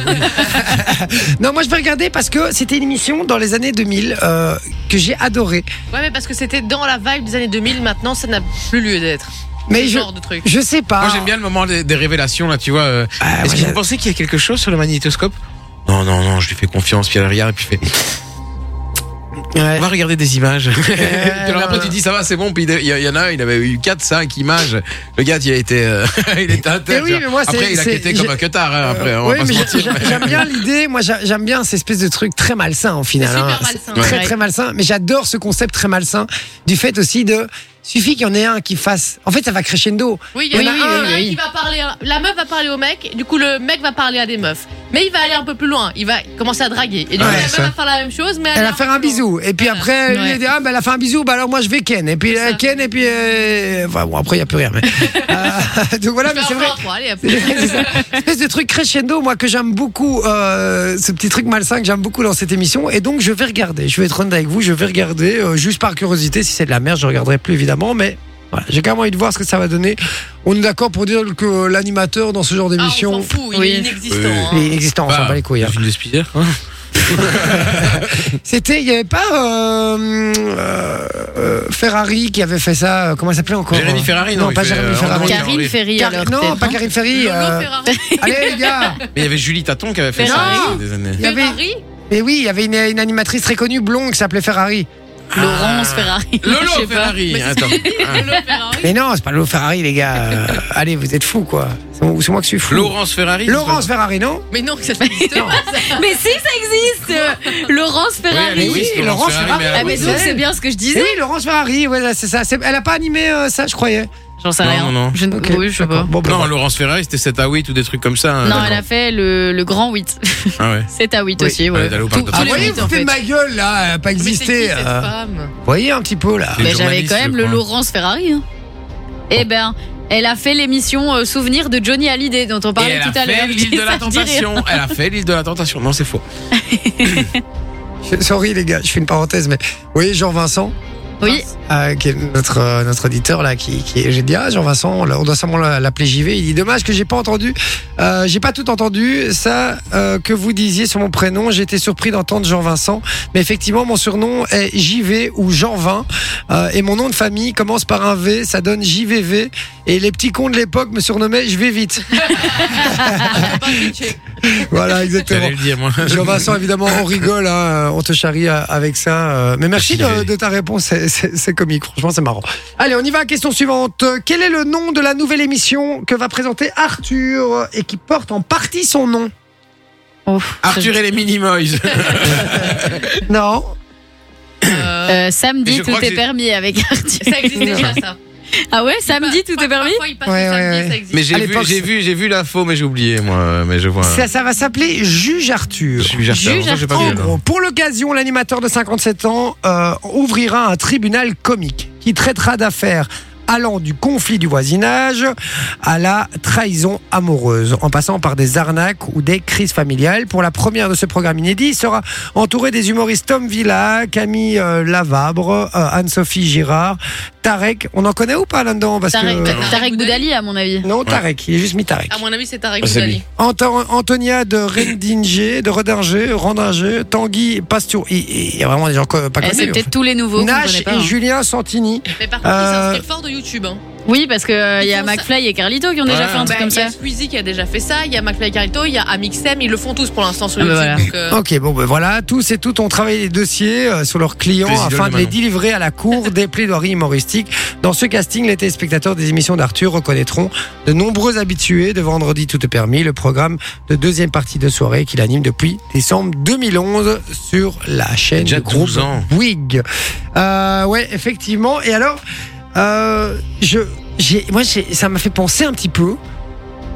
Non, moi je vais regarder parce que c'était une émission dans les années 2000 euh, que j'ai adorée. Ouais, mais parce que c'était dans la vibe des années 2000, maintenant ça n'a plus lieu d'être. Mais Ce je, genre de truc. je sais pas. Moi j'aime bien le moment des, des révélations là, tu vois. euh, Ah, Est-ce moi, que j'ai- vous pensez qu'il y a quelque chose sur le magnétoscope Non, non, non, je lui fais confiance, puis elle regarde, et puis elle fait. Ouais. On va regarder des <laughs> images. Puis alors non, après non. tu dis ça va, c'est bon, puis il y, a- il y en a, un, il avait eu 4, 5 images. Le gars, il a été. euh, <laughs> il était à terre, Eh oui, tu vois. mais moi, c'est- Après, il a c'est- quitté comme j'ai- un cutard, hein, après, on Euh, va oui, pas se mais mentir. j'ai- j'aime bien l'idée. Moi, j'a- j'aime bien ces espèces de trucs très malsains au final. C'est super hein. malsain. C'est Très Ouais. très malsain. Mais j'adore ce concept très malsain du fait aussi de suffit qu'il y en ait un qui fasse. En fait, ça va crescendo. Oui, il y en a Oui, oui, un, oui, un oui. qui va parler. La meuf va parler au mec, du coup le mec va parler à des meufs. Mais il va aller un peu plus loin, il va commencer à draguer. Et du coup Ouais, la meuf ça. va faire la même chose, mais Elle va va faire un bisou. Et puis après, lui, Ouais. il dit, ah, ben, elle a fait un bisou, bah alors moi, je vais Ken. Et puis, C'est euh, ça. Ken, et puis, euh, enfin, bon, après, il n'y a plus rien. mais- Euh, <laughs> donc voilà, mais c'est vrai. allez, hop. <laughs> Ah, C'est ça. Espèce de truc crescendo, moi, que j'aime beaucoup, euh, ce petit truc malsain que j'aime beaucoup dans cette émission. Et donc, je vais regarder. Je vais être honnête avec vous, je vais regarder, euh, juste par curiosité. Si c'est de la merde, je regarderai plus, évidemment, mais Voilà, J'ai quand même envie de voir ce que ça va donner. On est d'accord pour dire que l'animateur dans ce genre Ah, on d'émission, s'en fout, il Oui. est inexistant. Oui. il est hein. inexistant, on s'en Bah, bat les couilles. hein. C'était, il n'y avait pas euh, euh, euh, Ferrari qui avait fait ça, euh, comment elle s'appelait encore Jérémy Ferrari, non, Non, il pas fait, Jérémy euh, Ferrari. Henri- Karine Ferry, Ah Car- alors. non, peut-être, pas Karine Ferry. Lolo euh, Ferrari. Allez les <laughs> gars Mais il y avait Julie Taton qui avait fait Mais ça non. il y a des années. Il y avait- Ferrari Mais oui, il y avait une, une animatrice très connue, blonde, qui s'appelait Ferrari. Laurence Ah. Ah. Ferrari. je sais Lolo pas. Ferrari. Mais Attends. Ah. Lolo Ferrari. Mais non, c'est pas Lolo Ferrari, les gars. Euh, allez, vous êtes fous, quoi. C'est moi, c'est moi qui suis fou. Laurence Ferrari. c'est Laurence Ferrari, non Mais non, ça <laughs> n'existe Non. pas. Mais si, ça existe Laurence pas- Ferrari. Oui, oui, c'est Oui, Laurence Laurence Ferrari. Ferrari. mais Ah, elle- mais oui, donc, c'est c'est elle. bien ce que je Eh disais. oui, Laurence Ferrari, ouais, là, c'est ça. C'est- Elle a pas animé euh, ça, je croyais. J'en sais Non, rien. non, non. Je ne- Ok, oui, je sais pas. d'accord. Bon, ben, Non, voilà. Laurence Ferrari, c'était 7 à 8 ou des trucs comme ça. hein. Non, elle a fait le, le grand <laughs> 8. Ah ouais. 7 à 8 Oui. aussi, Elle ouais. est allée au Tout- parc de tous Ah, les vous voyez, huit, vous en faites fait. ma gueule, là, elle a pas Mais c'est qui existé. cette euh. femme voyez un petit peu, là. Les Mais j'avais journalistes, quand même je le crois. Laurence Ferrari. hein. Eh ben, elle a fait l'émission euh, Souvenir de Johnny Hallyday dont on Et parlait elle tout a à l'heure. fait l'île de la <laughs> Ça me dit rien. tentation. Elle a fait l'île de la tentation. Non, c'est faux. Je- Sorry, les gars, je fais une parenthèse, mais vous voyez Jean-Vincent, Oui, euh, qui est notre, euh, notre auditeur, là, qui, qui est- j'ai dit, ah, Jean-Vincent, on l'a- on doit sûrement l'a- l'appeler JV. Il dit, dommage que j'ai pas entendu, euh, j'ai pas tout entendu, ça, euh, que vous disiez sur mon prénom, j'étais surpris d'entendre Jean-Vincent, mais effectivement, mon surnom est JV ou Jean-Vin, euh, et mon nom de famille commence par un V, ça donne JVV, et les petits cons de l'époque me surnommaient Je vais vite. Ah, voilà, exactement. J'allais le dire, moi. Jean-Vincent, évidemment, on rigole, hein, on te charrie euh, avec ça. euh, Mais merci J'y de, vais. de ta réponse, c'est- c'est c'est comique, franchement, c'est marrant. Allez, on y va, question suivante. Quel est le nom de la nouvelle émission que va présenter Arthur et qui porte en partie son nom Arthur et <laughs> les Minimoys. Non Euh, Euh, Mais samedi je tout crois que est c'est- permis avec Arthur. Ça existe déjà, ça. <laughs> Ah ouais, samedi tout est permis Parfois, il passe Ouais, le samedi, ouais, ouais. ça existe. Mais j'ai À vu, l'époque, j'ai c'est- vu, j'ai vu l'info, mais j'ai oublié, moi. Mais je vois. ça, ça va s'appeler Juge Arthur. Je suis Arthur. Juge ça, j'ai pas En vu, là. gros, pour l'occasion, l'animateur de 57 ans euh, ouvrira un tribunal comique qui traitera d'affaires allant du conflit du voisinage à la trahison amoureuse, en passant par des arnaques ou des crises familiales. Pour la première de ce programme inédit, il sera entouré des humoristes Tom Villa, Camille euh, Lavabre, euh, Anne-Sophie Girard, Tarek. On en connaît ou pas là-dedans Parce Tarek, que... Tarek Boudali, à mon avis. Non, Tarek, il est juste mis Tarek. À mon avis, c'est Tarek Ah, c'est Boudali. lui. Anto- Antonia de Rendinger, de Redinger, Rendinger, Tanguy Pastur. Il, il y a vraiment des gens co- pas Eh, c'est connus. peut-être tous les nouveaux. qu'on Nash connaît et pas, hein. Julien Santini. Mais par contre, Euh, il s'inscrit fort de YouTube. Hein. Oui, parce que euh, il y a Ils font ça. McFly et Carlito qui ont Ouais. déjà fait un Bah, truc Bah, Hein, comme il y ça. a Squeezie qui a déjà fait ça, il y a McFly Carito, il y a Amixem, ils le font tous pour l'instant sur Ah, bah YouTube. voilà. donc, euh, Ok, bon, ben voilà, tous et toutes ont travaillé les dossiers euh, sur leurs clients Les idoles afin de de les Manon. délivrer à la cour des plaidoiries humoristiques. Dans ce casting, les téléspectateurs des émissions d'Arthur reconnaîtront de nombreux habitués de Vendredi Tout est permis, le programme de deuxième partie de soirée qu'il anime depuis décembre 2011 sur la chaîne Déjà du groupe 12 ans. Bouygues. Euh, ouais, effectivement. Et alors, euh, je, j'ai, moi, j'ai- ça m'a fait penser un petit peu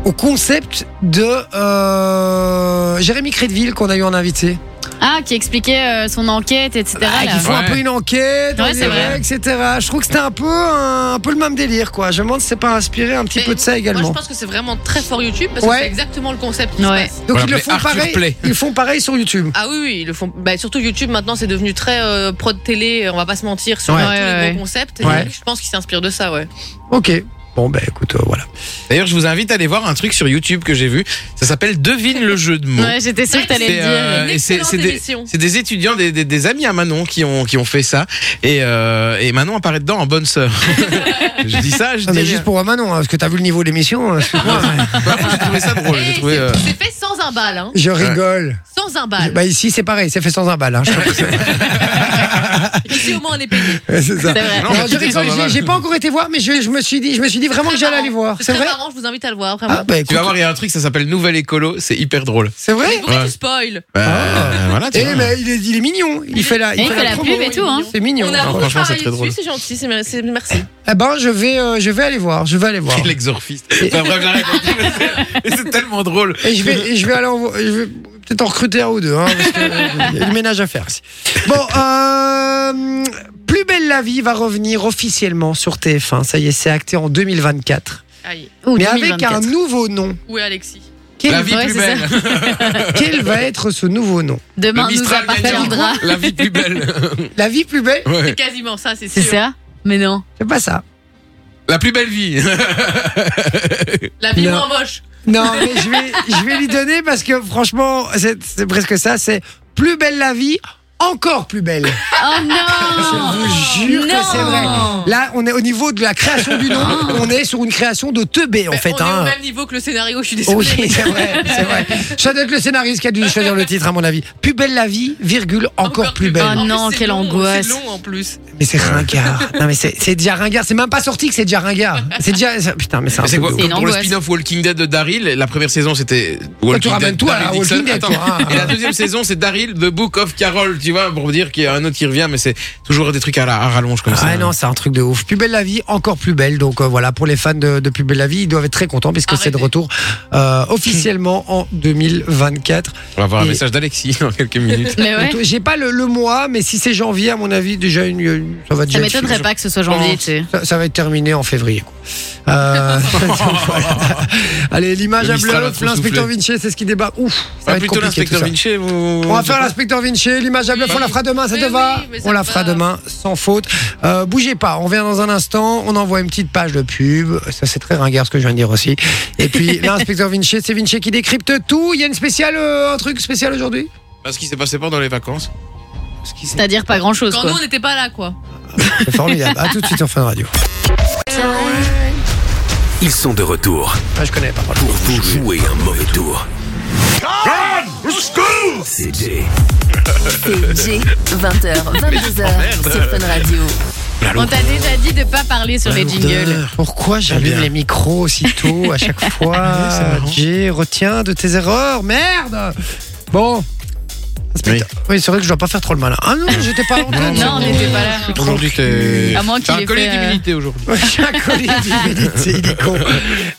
au concept de euh, Jérémy Crédville qu'on a eu en invité. Ah, qui expliquait euh, son enquête, etc. Ah, là. qui font un Ouais. peu une enquête, Ouais, on c'est dirait, vrai. etc. Je trouve que c'était un peu, un, un peu le même délire, quoi. Je me demande si c'est pas inspiré un petit mais peu de ça Moi, également. je pense que c'est vraiment très fort YouTube parce que Ouais. c'est exactement le concept qui Ouais. se passe. Donc Voilà, ils le mais font Arthur pareil. Play. Ils font pareil sur YouTube. Ah oui, oui, ils le font. Bah, surtout YouTube maintenant, c'est devenu très euh, pro de télé. On va pas se mentir sur Ouais. tous Ouais, les ouais. gros concepts. et Ouais. Je pense qu'ils s'inspirent de ça, ouais. Ok. Bon ben écoute, euh, voilà. D'ailleurs, je vous invite à aller voir un truc sur YouTube que j'ai vu. Ça s'appelle Devine le jeu de mots. Ouais, j'étais sûre que t'allais C'est, le dire. euh, et c'est- Excellente c'est des, émission. c'est des étudiants, des, des- des amis à Manon qui ont, qui ont fait ça. Et, euh, et Manon apparaît dedans en <laughs> bonne sœur. je dis ça, je Ah, dis mais rien. juste pour Manon, hein, parce que t'as vu le niveau de l'émission. hein, <laughs> excuse-moi. Bah, J'ai trouvé ça drôle. J'ai Et trouvé. Eh, c'est euh, c'est fait sans un bal, <laughs> hein. je rigole. Sans un bal. Bah ici c'est pareil, c'est fait sans un bal. Hein, je <laughs> trouve que c'est- Ici, au moins, on est payé. <laughs> c'est ça. C'est <laughs> vrai. Non, Non, mais je c'est fait sans rigole, un j'ai- bal. j'ai pas encore été voir, mais je, je me suis dit, je me suis dit vraiment que j'allais aller voir. C'est C'est très vrai. marrant, je vous invite à le voir, vraiment. Ah bah Tu vas écoute, voir, il y a un truc, ça s'appelle Nouvelle Écolo. C'est hyper drôle. c'est vrai. Pourquoi Ouais. tu spoil Bah, Ah. voilà, tu Eh vois. <laughs> mais il est, il est mignon, il fait la, Et il fait la promo. pub et tout, hein. C'est mignon. On a Non, beaucoup franchement, travaillé c'est très drôle. dessus, c'est gentil, c'est mer- c'est- merci. Eh ben je vais, euh, je vais aller voir, je vais aller voir. L'exorphiste. Enfin, bref, j'arrête. Mais c'est tellement drôle. Et je vais, et je vais aller, en- je vais peut-être en recruter un ou deux, hein, parce que euh, il y a du ménage à faire. ici. Bon, euh, plus belle la vie va revenir officiellement sur TF1. Ça y est, c'est acté en 2024, Aïe. Ou mais 2024. avec un nouveau nom. Où est Alexis Quel, La vie Ouais, plus c'est belle. quel va être ce nouveau nom Le Demain nous Mistral appartiendra. gagnant. La <laughs> vie plus belle. La vie plus belle Ouais. C'est quasiment ça, c'est C'est sûr. ça Mais non. C'est pas ça. La plus belle vie. Ah, La vie Non. moins moche. Non, <laughs> mais je vais, je vais lui donner parce que franchement, c'est c'est presque ça. C'est plus belle la vie, encore plus belle. Oh <laughs> Je Ah. non vous jure que non. c'est vrai. Là, on est au niveau de la création du nom. on est sur une création de teubé, en Ah. Mais fait. on est hein. au même niveau que le scénario, je suis désolée. Oui, c'est vrai, c'est vrai. Ça doit être le scénariste qui a dû choisir le titre, à mon avis. Plus belle la vie, virgule, encore, plus belle. Ah belle. Oh non, En plus, c'est quelle long, angoisse. C'est long en plus. Mais c'est ringard. Non, mais c'est c'est déjà ringard. C'est même pas sorti que c'est déjà ringard. C'est déjà. ça- Putain, mais c'est un Mais C'est truc de- quoi C'est comme une Pour le angoisse. spin-off Walking Dead de Daryl, la première saison c'était tu ramènes tout à la Daryl Walking Dixon. Dead, Attends. toi, hein. Et la deuxième saison c'est Daryl The Book of Carol, tu vois, pour dire qu'il y a un autre qui revient, mais c'est toujours des trucs à, la, à rallonge comme ça. Ah non, c'est un truc de ouf. Plus belle la vie, encore plus belle. Donc euh, voilà, pour les fans de, de Plus belle la vie, ils doivent être très contents puisque c'est de Arrêtez. retour euh, officiellement en 2024. On va avoir un Et- message d'Alexis <laughs> dans quelques minutes. Mais ouais, Donc, J'ai pas le, le mois, mais si c'est janvier, à mon avis, déjà une, une- ça va ça déjà. être- m'étonnerait pas que ce soit janvier, tu sais. Ça, ça va être terminé en février. quoi. Euh, voilà. Allez, l'image Le à Mistral a bluff, trop l'inspecteur soufflé. Vinci, c'est ce qui débat. Ouf, ça va Ah, être plutôt compliqué tout l'inspecteur ça. Vinci, vous. On va faire l'inspecteur Vinci, l'image à bluff, on la fera demain, ça Oui, te va oui, mais ça On la me fera va. demain, sans faute. Euh, bougez pas, on revient dans un instant, on envoie une petite page de pub, ça c'est très ringard ce que je viens de dire aussi. Et puis l'inspecteur Vinci, c'est Vinci qui décrypte tout, il y a une spéciale, euh, un truc spécial aujourd'hui Parce qu'il s'est passé pendant les vacances. Ce qui C'est-à-dire pas grand-chose, Quand nous, quoi. on n'était pas là, quoi. c'est formidable, à tout de suite en fin de radio. Ils sont de retour Ah, je connais pas. pour vous jouer un mauvais tour. C'est Jay. C'est J, 20h, 22h, sur Fun Radio. On t'a déjà dit de pas parler sur les jingles. Pourquoi bien. j'allume les micros aussitôt à chaque fois c'est marrant. J'ai retiens de tes erreurs, merde Bon. Inspecteur- Oui, c'est vrai que je dois pas faire trop le malin. Ah non, j'étais pas longtemps. Non, Non, on n'était <laughs> pas là. Aujourd'hui, t'es. À moins qu'il T'as un ait collier fait, euh, d'immunité aujourd'hui. il est con.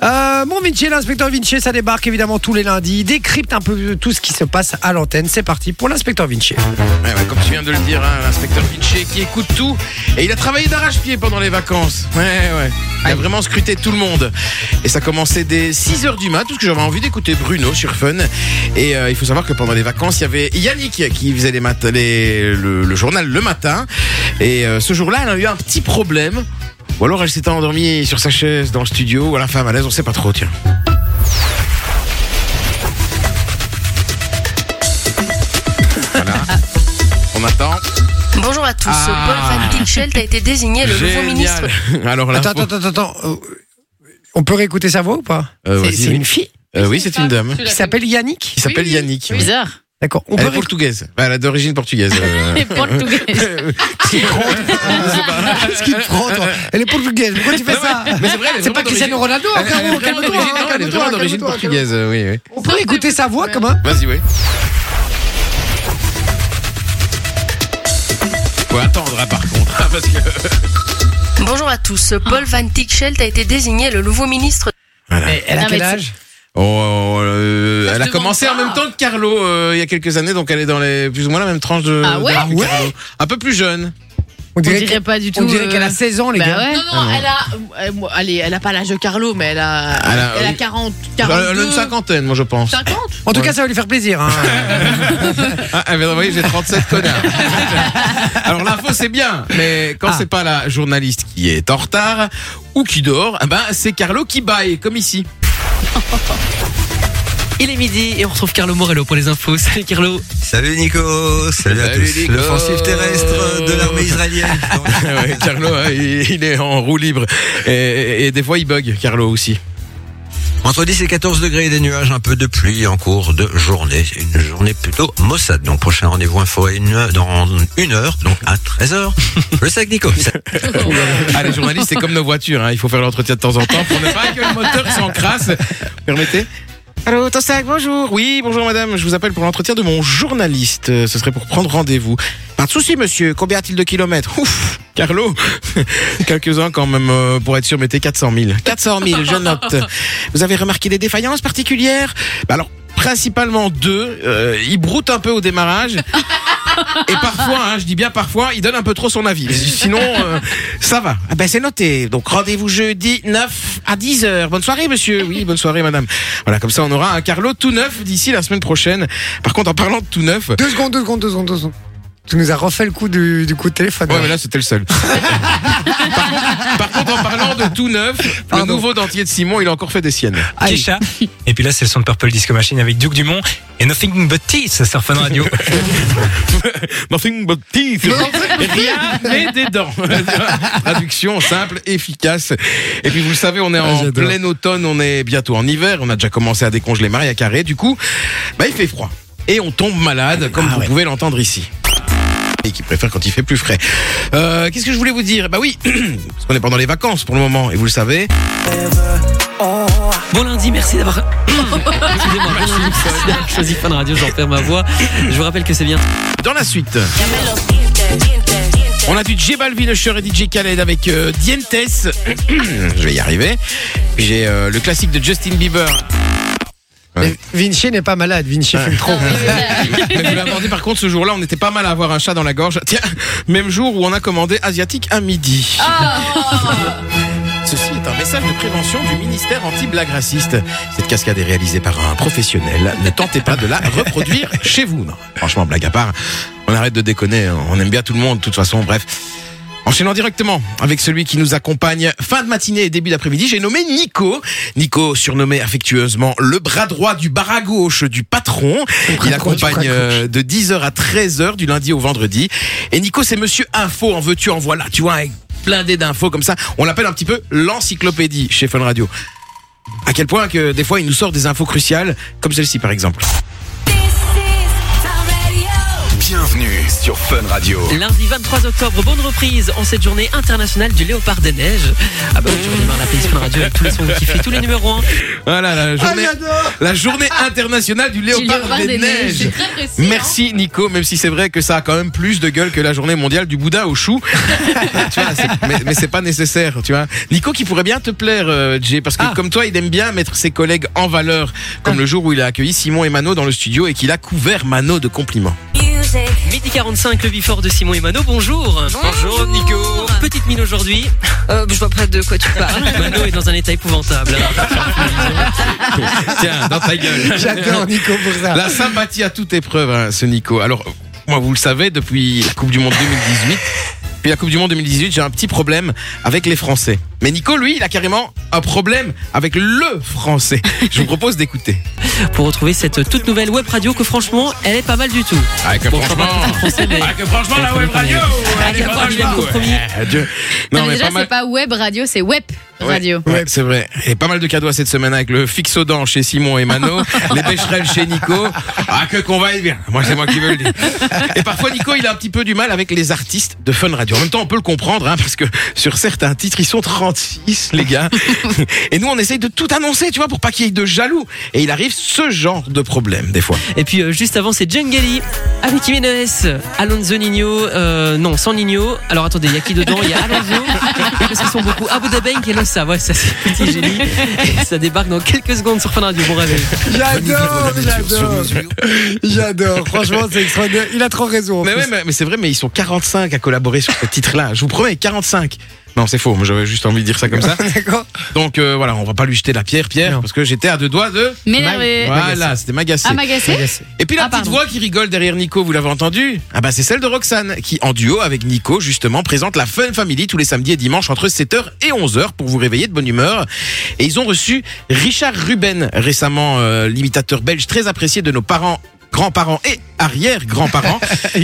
Euh, mon Vinci, l'inspecteur Vinci, ça débarque évidemment tous les lundis. Il décrypte un peu tout ce qui se passe à l'antenne. C'est parti pour l'inspecteur Vinci. Ouais, ouais, comme tu viens de le dire, hein, l'inspecteur Vinci qui écoute tout et il a travaillé d'arrache-pied pendant les vacances. Ouais, ouais. Il a vraiment scruté tout le monde. Et ça commençait dès 6h du mat, parce que j'avais envie d'écouter Bruno sur Fun. Et euh, il faut savoir que pendant les vacances, il y avait Yannick qui faisait les mat- les- le, le journal le matin. Et euh, ce jour-là, elle a eu un petit problème. Ou alors elle s'était endormie sur sa chaise dans le studio, ou à la femme à l'aise, on sait pas trop, tiens. Voilà. On attend. Bonjour à tous. Ah. Paul Van Tinchelt a été désigné le nouveau ministre. Génial. <laughs> Alors là, Attends, attends, attends, attends. Euh, On peut réécouter sa voix ou pas Euh, C'est vas-y, c'est oui. une fille Euh, oui, c'est une dame qui s'appelle Yannick. qui s'appelle Oui, oui. Yannick. Oui. Bizarre. <laughs> D'accord. On Elle peut est portugaise. Bah, Elle est d'origine portugaise. <laughs> euh. Et portugais. Qu'est-ce qu'il te prend, <laughs> toi Elle est portugaise. Pourquoi tu fais ça Mais c'est vrai, elle est C'est vraiment pas Cristiano d'origine- Ronaldo, hein, Elle est frérot, calme-toi, vraiment d'origine- non, elle est calme-toi, vraiment d'origine calme-toi, portugaise. euh, Oui, oui. On peut écouter sa voix comme un. Vas-y, oui. Faut attendre, hein, par contre. hein, Parce que... Bonjour à tous. Paul Van Tinchelt a été désigné le nouveau ministre. Elle a Non, mais quel tu- âge Oh, oh, euh, elle a demande commencé en pas. même temps que Carlo euh, il y a quelques années, donc elle est dans les plus ou moins la même tranche de. Ah ouais d'âge que Ah ouais Carlo. Un peu plus jeune. On On dirait, dirait pas du on tout. dirait euh, qu'elle a 16 ans, les bah gars. ouais. Non, non, elle a. euh, moi, Allez, elle a pas l'âge de Carlo, mais elle a. Elle a- Elle a oui. 40. Elle 42, a une cinquantaine, moi, je pense. 50 En tout Ouais. cas, ça va lui faire plaisir. <laughs> hein. Ah, elle vient d'envoyer, j'ai 37 <laughs> connards. Alors l'info c'est bien, mais quand Ah. c'est pas la journaliste qui est en retard ou qui dort, eh ben c'est Carlo qui baille, comme ici. Il est midi et on retrouve Carlo Morello pour les infos. Salut Carlo. Salut Nico, salut, à Salut, tous. Nico. L'offensive terrestre de l'armée israélienne. <laughs> Ouais, Carlo, hein, il il est en roue libre et, et des fois il bug, Carlo aussi. <laughs> Entre 10 et 14 degrés, des nuages, un peu de pluie en cours de journée. Une journée plutôt maussade. Donc prochain rendez-vous info à une, dans une heure, donc à 13h. Le sac <laughs> Nico. Ah, les journalistes c'est comme nos voitures, hein, il faut faire l'entretien de temps en temps pour ne pas que le moteur s'encrasse. Permettez. Allô, Tossac, bonjour. Oui, bonjour madame, je vous appelle pour l'entretien de mon journaliste. Euh, Ce serait pour prendre rendez-vous. Pas de souci, monsieur. Combien a-t-il de kilomètres Ouf, Carlo <laughs> Quelques-uns quand même, euh, pour être sûr, mettez 400 000. 400 000, je note. Vous avez remarqué des défaillances particulières Bah Alors, principalement deux. Euh, il broute un peu au démarrage. Et parfois, hein, je dis bien parfois, il donne un peu trop son avis. Mais Sinon, euh, ça va. Ah ben c'est noté. Donc rendez-vous jeudi 9 à 10h. Bonne soirée, monsieur. Oui, bonne soirée, madame. Voilà, comme ça, on aura un Carlo tout neuf d'ici la semaine prochaine. Par contre, en parlant de tout neuf, Deux secondes, deux secondes, deux secondes, deux secondes. Tu nous as refait le coup du, du coup de téléphone. hein. Ouais, mais là, c'était le seul. par, contre, par contre, en parlant de tout neuf, le nouveau dentier de Simon, il a encore fait des siennes. Aïe. Kisha. Et puis là, c'est le son de Purple Disco Machine avec Duke Dumont et Nothing But Teeth sur Fun Radio. Nothing but teeth. Rien mais des dents. <laughs> Traduction simple, efficace. Et puis vous le savez, on est en j'adore. plein automne, on est bientôt en hiver, on a déjà commencé à décongeler Maria Carré. Du coup, bah, il fait froid. Et on tombe malade, comme vous pouvez l'entendre ici. Et qui préfère quand il fait plus frais. Euh, Qu'est-ce que je voulais vous dire Bah oui, <clears throat> parce qu'on est pendant les vacances pour le moment, et vous le savez. Bon lundi, merci d'avoir. <clears throat> Excusez-moi, bon lundi, merci d'avoir <laughs> choisi Fun Radio, j'en perds ma voix. Je vous rappelle que c'est bien. Dans la suite. On a du J Balvin, Usher et DJ Khaled avec euh, Dientes. <coughs> Je vais y arriver. Puis J'ai euh, le classique de Justin Bieber. Ouais. Mais Vinci n'est pas malade, Vinci Ah. fume trop. Mais vous l'avez abordé par contre ce jour-là, on était pas mal à avoir un chat dans la gorge. Tiens, même jour où on a commandé asiatique à midi. Ceci est un message de prévention du ministère anti-blague raciste. Cette cascade est réalisée par un professionnel. Ne tentez pas de la reproduire chez vous. Non, franchement, blague à part, on arrête de déconner. On aime bien tout le monde, de toute façon, bref. Enchaînons directement avec celui qui nous accompagne fin de matinée et début d'après-midi. J'ai nommé Nico. Nico, surnommé affectueusement le bras droit du bar à gauche du patron. Il droit du bras accompagne euh, de 10h à 13h du lundi au vendredi. Et Nico, c'est monsieur info, en veux-tu, en voilà, tu vois, avec plein d'infos comme ça. On l'appelle un petit peu l'encyclopédie chez Fun Radio. À quel point que des fois il nous sort des infos cruciales, comme celle-ci par exemple. Bienvenue sur Fun Radio. Lundi 23 octobre, bonne reprise en cette journée internationale du Léopard des Neiges. Ah bah oui, je redémarre la playlist Fun Radio avec tous les sons qui fait tous les numéros 1. Ah Voilà la journée, la journée internationale du léopard, léopard des, Ah. des neiges. neiges. C'est très précis, hein. Merci Nico, même si c'est vrai que ça a quand même plus de gueule que la journée mondiale du <laughs> Bouddha au chou. tu vois, c'est- mais mais c'est pas nécessaire, tu vois. Nico qui pourrait bien te plaire, euh, Jay, parce que Ah. comme toi, il aime bien mettre ses collègues en valeur, comme le jour où il a accueilli Simon et Mano dans le studio et qu'il a couvert Mano de compliments. Midi 45, le before de Simon et Mano, bonjour. Bonjour, Nico. Petite mine aujourd'hui. Euh, je vois pas de quoi tu parles. Mano est dans un état épouvantable. Tiens, dans ta gueule. Ah, J'adore Nico pour ça. La sympathie à toute épreuve, hein, ce Nico. Alors, euh, moi, vous le savez, depuis la Coupe du Monde 2018, puis la Coupe du Monde 2018, j'ai un petit problème avec les Français. Mais Nico, lui, il a carrément un problème avec le Français. Je vous propose d'écouter. Pour retrouver cette toute nouvelle web radio que franchement, elle est pas mal du tout. Ah, que Bon, franchement- Ah, que franchement, la web radio, elle est pas mal du tout. Non, Non, mais mais déjà, pas mal. c'est pas web radio, c'est web radio. Ouais, c'est vrai. Et pas mal de cadeaux à cette semaine avec le fixodent chez Simon <laughs> et Mano, les pêcherelles chez Nico. Ah, que qu'on va être bien. Moi, c'est moi qui veux le dire. Et parfois, Nico, il a un petit peu du mal avec les artistes de Fun Radio. En même temps, on peut le comprendre, hein, parce que sur certains titres, ils sont 36, les gars. Et nous, on essaye de tout annoncer, tu vois, pour pas qu'il y ait de jaloux. Et il arrive ce genre de problème, des fois. Et puis euh, juste avant, c'est Jungali avec Jiménez, Alonso Nino, euh, non, sans Nino. Alors attendez, il y a qui dedans Il y a Alonso, <laughs> parce qu'ils sont beaucoup. Abu Dhabi qui est là, ça, ouais, ça c'est petit génie. Et ça débarque dans quelques secondes sur Fun Radio, bon réveil. J'adore, j'adore. J'adore. Franchement, c'est extraordinaire. Il a trop raison. en Mais plus. ouais, mais, mais c'est vrai, mais ils sont 45 à collaborer sur ce titre-là. Je vous promets, 45. Non, c'est faux. Moi, j'avais juste envie de dire ça comme ça. D'accord. Donc euh, voilà, on va pas lui jeter la pierre, Pierre, Non. parce que j'étais à deux doigts de. M'énerver. Voilà, c'était magacé. Ah, m'agacer Et puis la Ah, petite pardon. voix qui rigole derrière Nico, vous l'avez entendu Ah bah c'est celle de Roxane, qui en duo avec Nico justement présente la Fun Family tous les samedis et dimanches entre 7h et 11h pour vous réveiller de bonne humeur. Et ils ont reçu Richard Ruben, récemment euh, l'imitateur belge très apprécié de nos parents grands-parents et arrière-grands-parents,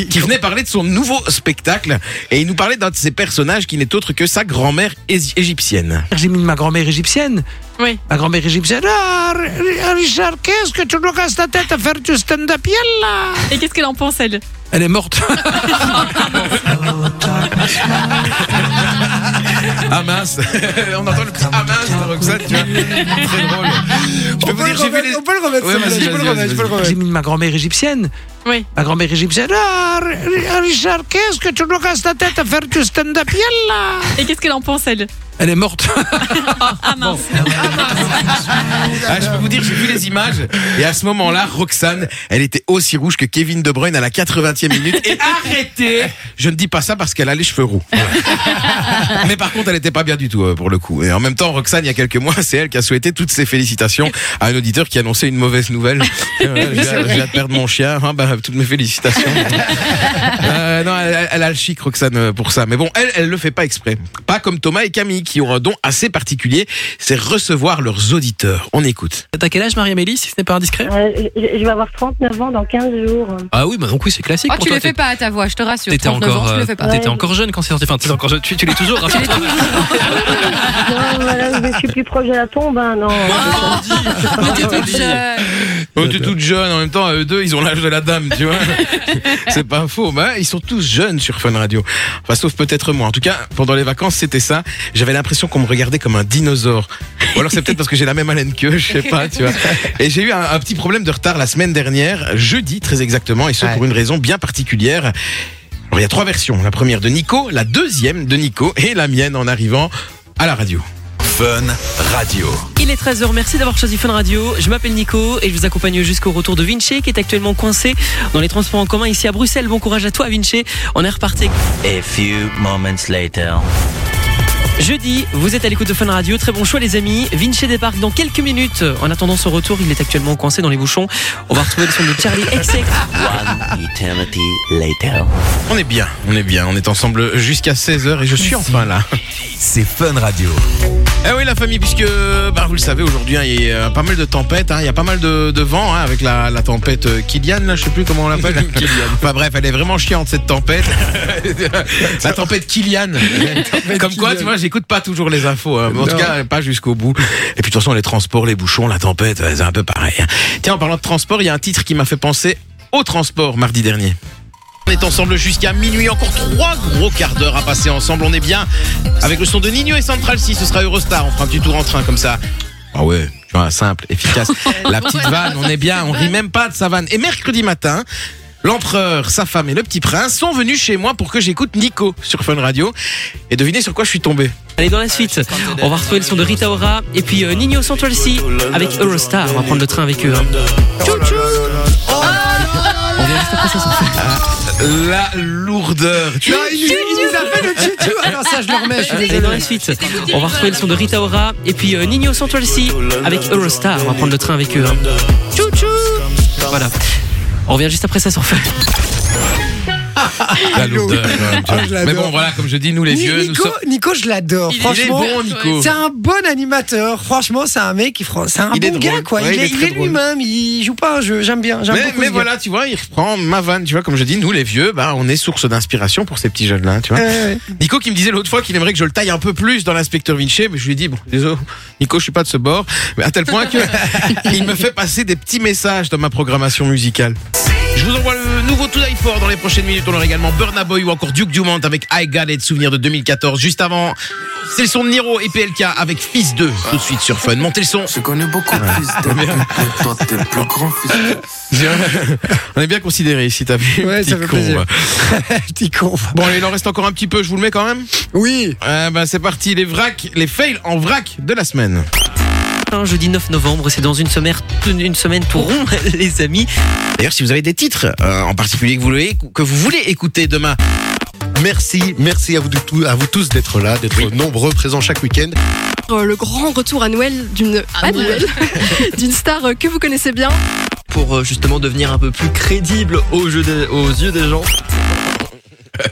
qui venait parler de son nouveau spectacle, et il nous parlait d'un de ses personnages qui n'est autre que sa grand-mère ési- égyptienne. J'ai mis ma grand-mère égyptienne. Oui. Ma grand-mère égyptienne. Ah, Ri- Richard, qu'est-ce que tu nous casses la tête à faire du stand-up Yallah Et qu'est-ce qu'elle en pense, elle Elle est morte. Ah mince <laughs> On entend le petit ah mince de Roxane, tu vois. Très drôle. Je peux On vous peut le dire, j'ai vu remettre, les... on peut le remettre, Ouais, celui-là. vas-y, Je peux le vas-y, remettre, je peux le vas-y. J'ai remettre. mis ma grand-mère égyptienne. Oui. Ma grand-mère égyptienne. Ah, Ri- Richard, qu'est-ce que tu nous casses la tête à faire du stand-up Yallah Et qu'est-ce qu'elle en pense, elle Elle est morte. Ah mince. Ah, je peux vous dire, j'ai vu les images. Et à ce moment-là, Roxane, elle était aussi rouge que Kevin De Bruyne à la 80e minute. Et arrêtez Je ne dis pas ça parce qu'elle a les cheveux roux. Voilà. Mais par contre, elle n'était pas bien du tout euh, pour le coup. Et en même temps, Roxane, il y a quelques mois, c'est elle qui a souhaité toutes ses félicitations à un auditeur qui annonçait une <laughs> mauvaise nouvelle. Euh, je viens- je viens de perdre mon chien. hein, bah, toutes mes félicitations. Euh, non, elle, elle a le chic, Roxane, euh, pour ça. Mais bon, elle, elle le fait pas exprès. Pas comme Thomas et Camille, qui ont un don assez particulier, c'est recevoir leurs auditeurs. On écoute. T'as quel âge, Marie-Amélie, si ce n'est pas indiscret Euh, je, je vais avoir 39 ans dans 15 jours. Ah oui, bah donc oui, c'est classique. Oh, pour tu toi, le fais t'es- pas à ta voix, je te rassure. T'étais 39 encore, ans, tu euh, le fais pas. t'étais encore jeune quand c'est sorti. Enfin, t'es encore jeune. Tu, tu l'es toujours. rassure-toi. Non, voilà, je suis plus proche de la tombe, hein, non. Oh, tu es toute jeune, en même temps, à eux deux, ils ont l'âge de la dame, tu vois. c'est pas faux, mais ils sont tous jeunes sur Fun Radio. Enfin, sauf peut-être moi. En tout cas, pendant les vacances, c'était ça. J'avais l'impression qu'on me regardait comme un dinosaure. Ou alors c'est peut-être parce que j'ai la même haleine qu'eux, je sais pas, tu vois. Et j'ai eu un, un petit problème de retard la semaine dernière, jeudi très exactement, et ce pour une raison bien particulière. Alors, il y a trois versions. La première de Nico, la deuxième de Nico, et la mienne en arrivant à la radio. Fun Radio. <laughs> Il est 13h, merci d'avoir choisi Fun Radio. Je m'appelle Nico et je vous accompagne jusqu'au retour de Vinci qui est actuellement coincé dans les transports en commun ici à Bruxelles. Bon courage à toi Vinci, on est reparti. A few moments later. Jeudi, vous êtes à l'écoute de Fun Radio, très bon choix les amis. Vinci débarque dans quelques minutes. En attendant son retour, il est actuellement coincé dans les bouchons. On va retrouver le son de Charlie XX. One <laughs> eternity later. On est bien, on est bien, on est ensemble jusqu'à 16h et je suis enfin là. C'est Fun Radio. Eh oui la famille, puisque bah, vous le savez aujourd'hui, hein, il y a pas mal de tempêtes, hein, il y a pas mal de, de vent hein, avec la, la tempête euh, Kylian, là, je sais plus comment on l'appelle. <laughs> Kylian. Enfin bref, elle est vraiment chiante cette tempête. la tempête Kylian. Comme quoi, tu vois, j'écoute pas toujours les infos. hein, mais en tout Non. cas, pas jusqu'au bout. Et puis de toute façon, les transports, les bouchons, la tempête, euh, c'est un peu pareil. hein. Tiens, en parlant de transport, il y a un titre qui m'a fait penser au transport mardi dernier. On est ensemble jusqu'à minuit, encore trois gros quarts d'heure à passer ensemble. On est bien avec le son de Nino et Central 6. Ce sera Eurostar. On fera un petit tour en train comme ça. Ah ouais, tu vois, simple, efficace. La petite vanne, on est bien, on rit même pas de sa vanne. Et mercredi matin, l'empereur, sa femme et le petit prince sont venus chez moi pour que j'écoute Nico sur Fun Radio. Et devinez sur quoi je suis tombé. Allez, dans la suite, on va retrouver le son de Rita Ora et puis euh, Nino Central C avec Eurostar. On va prendre le train avec eux. hein. On vient juste après ça sur Fun. La lourdeur. Tu vois, il- il nous a fait le <laughs> tutu. Alors Ah ça, je le remets, je suis désolé. Allez, dans la suite, on va retrouver le son de Rita Ora et puis euh, Nino Central C avec Eurostar. On va prendre le train avec eux. hein. Voilà. On revient juste après ça sur Fun. La lourdeur. quand même, tu vois. l'adore. Mais bon, voilà, comme Ah, je dis, nous les Ni- vieux, nous Nico, sommes. Oh. Nico, je l'adore. Il est Franchement, bon, Nico. c'est un bon animateur. Franchement, c'est un mec qui, fran- c'est un Il est bon drôle. gars, quoi. Ouais, il il est est, très il est drôle. lui-même. Il joue pas un jeu. J'aime bien. J'aime Mais, beaucoup mais ce voilà, gars. tu vois, il reprend ma vanne. Tu vois, comme je dis, nous les vieux, bah, on est source d'inspiration pour ces petits jeunes-là. Tu vois. Ouais, ouais. Nico qui me disait l'autre fois qu'il aimerait que je le taille un peu plus dans l'inspecteur Vinci, mais je lui ai dit, bon, désolé, Nico, je suis pas de ce bord. Mais à tel <laughs> point que il me fait passer des petits messages dans ma programmation musicale. Je vous envoie le nouveau Too Die For dans les prochaines minutes. On aura également Burna Boy ou encore Duke Dumont avec I Got It, souvenir de 2014. Juste avant, c'est le son de Niro et PLK avec Fils 2, tout de suite sur Fun. Montez le <laughs> son. Je connais beaucoup Fils 2. Toi, t'es le plus grand Fils On est bien considéré ici, t'as vu Ouais, ça Petit fait con, hein. plaisir. va. <laughs> Petit con. Bon, allez, il en reste encore un petit peu, je vous le mets quand même Oui ben, C'est parti, les vracs, les fails en vrac de la semaine. Hein, Jeudi 9 novembre, c'est dans une semaine, une semaine <laughs> tout rond, les amis. D'ailleurs, si vous avez des titres euh, en particulier que vous, voulez, que vous voulez écouter demain, Merci, merci à vous, de tout- à vous tous d'être là, d'être nombreux, présents chaque week-end. Euh, le grand retour annuel d'une Ah, annuel d'une star euh, que vous connaissez bien. pour euh, justement devenir un peu plus crédible aux, jeux des- aux yeux des gens.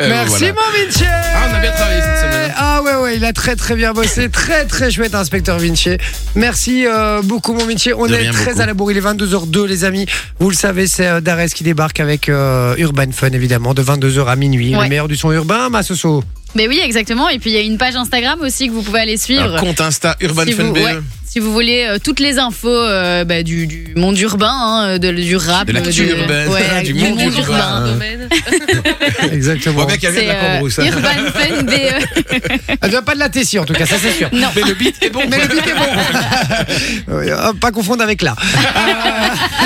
Euh, Merci mon Vinci Ah, on a bien travaillé cette semaine. Ah ouais ouais, il a très très bien <laughs> bossé, très très chouette inspecteur Vinci. Merci euh, beaucoup mon Vinci. On De est rien, très beaucoup. à la bourre, il est 22h02 les amis. Vous le savez, c'est euh, Darès qui débarque avec euh, Urban Fun évidemment de 22h à minuit. Ouais. Le meilleur du son urbain, ma soso. <laughs> Mais oui, exactement. Et puis il y a une page Instagram aussi que vous pouvez aller suivre. un compte Insta Urban si Fun vous, BE. ouais, Si vous voulez euh, toutes les infos euh, bah, du, du monde urbain, hein, de, du rap, De la euh, culture du- urbaine, ouais, <laughs> du monde urbain. Exactement. bien qu'elle vienne de la C'est, euh, Cambrousse. hein. Urban Fun des, euh, Elle vient pas de la Tessie en tout cas, ça c'est <laughs> sûr. Non. Mais le beat est bon. Mais le beat est <laughs> bon. Oui, euh, pas confondre avec là.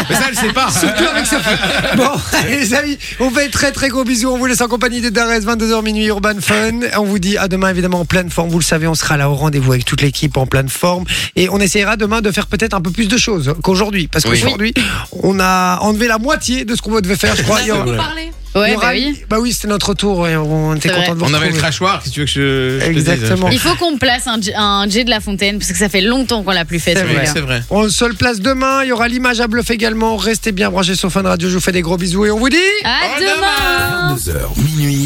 Mais <laughs> ça, elle sait <laughs> pas. Surtout avec Sophie. <laughs> Bon, allez, les amis, on fait très très gros bisous. On vous laisse en compagnie des Dares, 22h minuit, Urban Fun. On vous dit à demain, évidemment, en pleine forme. Vous le savez, on sera là au rendez-vous avec toute l'équipe en pleine forme. Et on essayera demain de faire peut-être un peu plus de choses qu'aujourd'hui. Parce Oui. qu'aujourd'hui, on a enlevé la moitié de ce qu'on devait faire, je crois. Il y aura- il y Ouais, aura- bah oui. Bah oui, c'était notre tour et on était C'est vrai. content de vous On avait le retrouver. crachoir, si tu veux que je. je te dise. Exactement. Il faut qu'on place un, J- un J de la Fontaine parce que ça fait longtemps qu'on l'a plus fait. C'est celui-là. vrai, C'est vrai. On se le place demain. Il y aura l'image à bluff également. Restez bien branchés sur Fun Radio. Je vous fais des gros bisous et on vous dit. À demain. 2h minuit,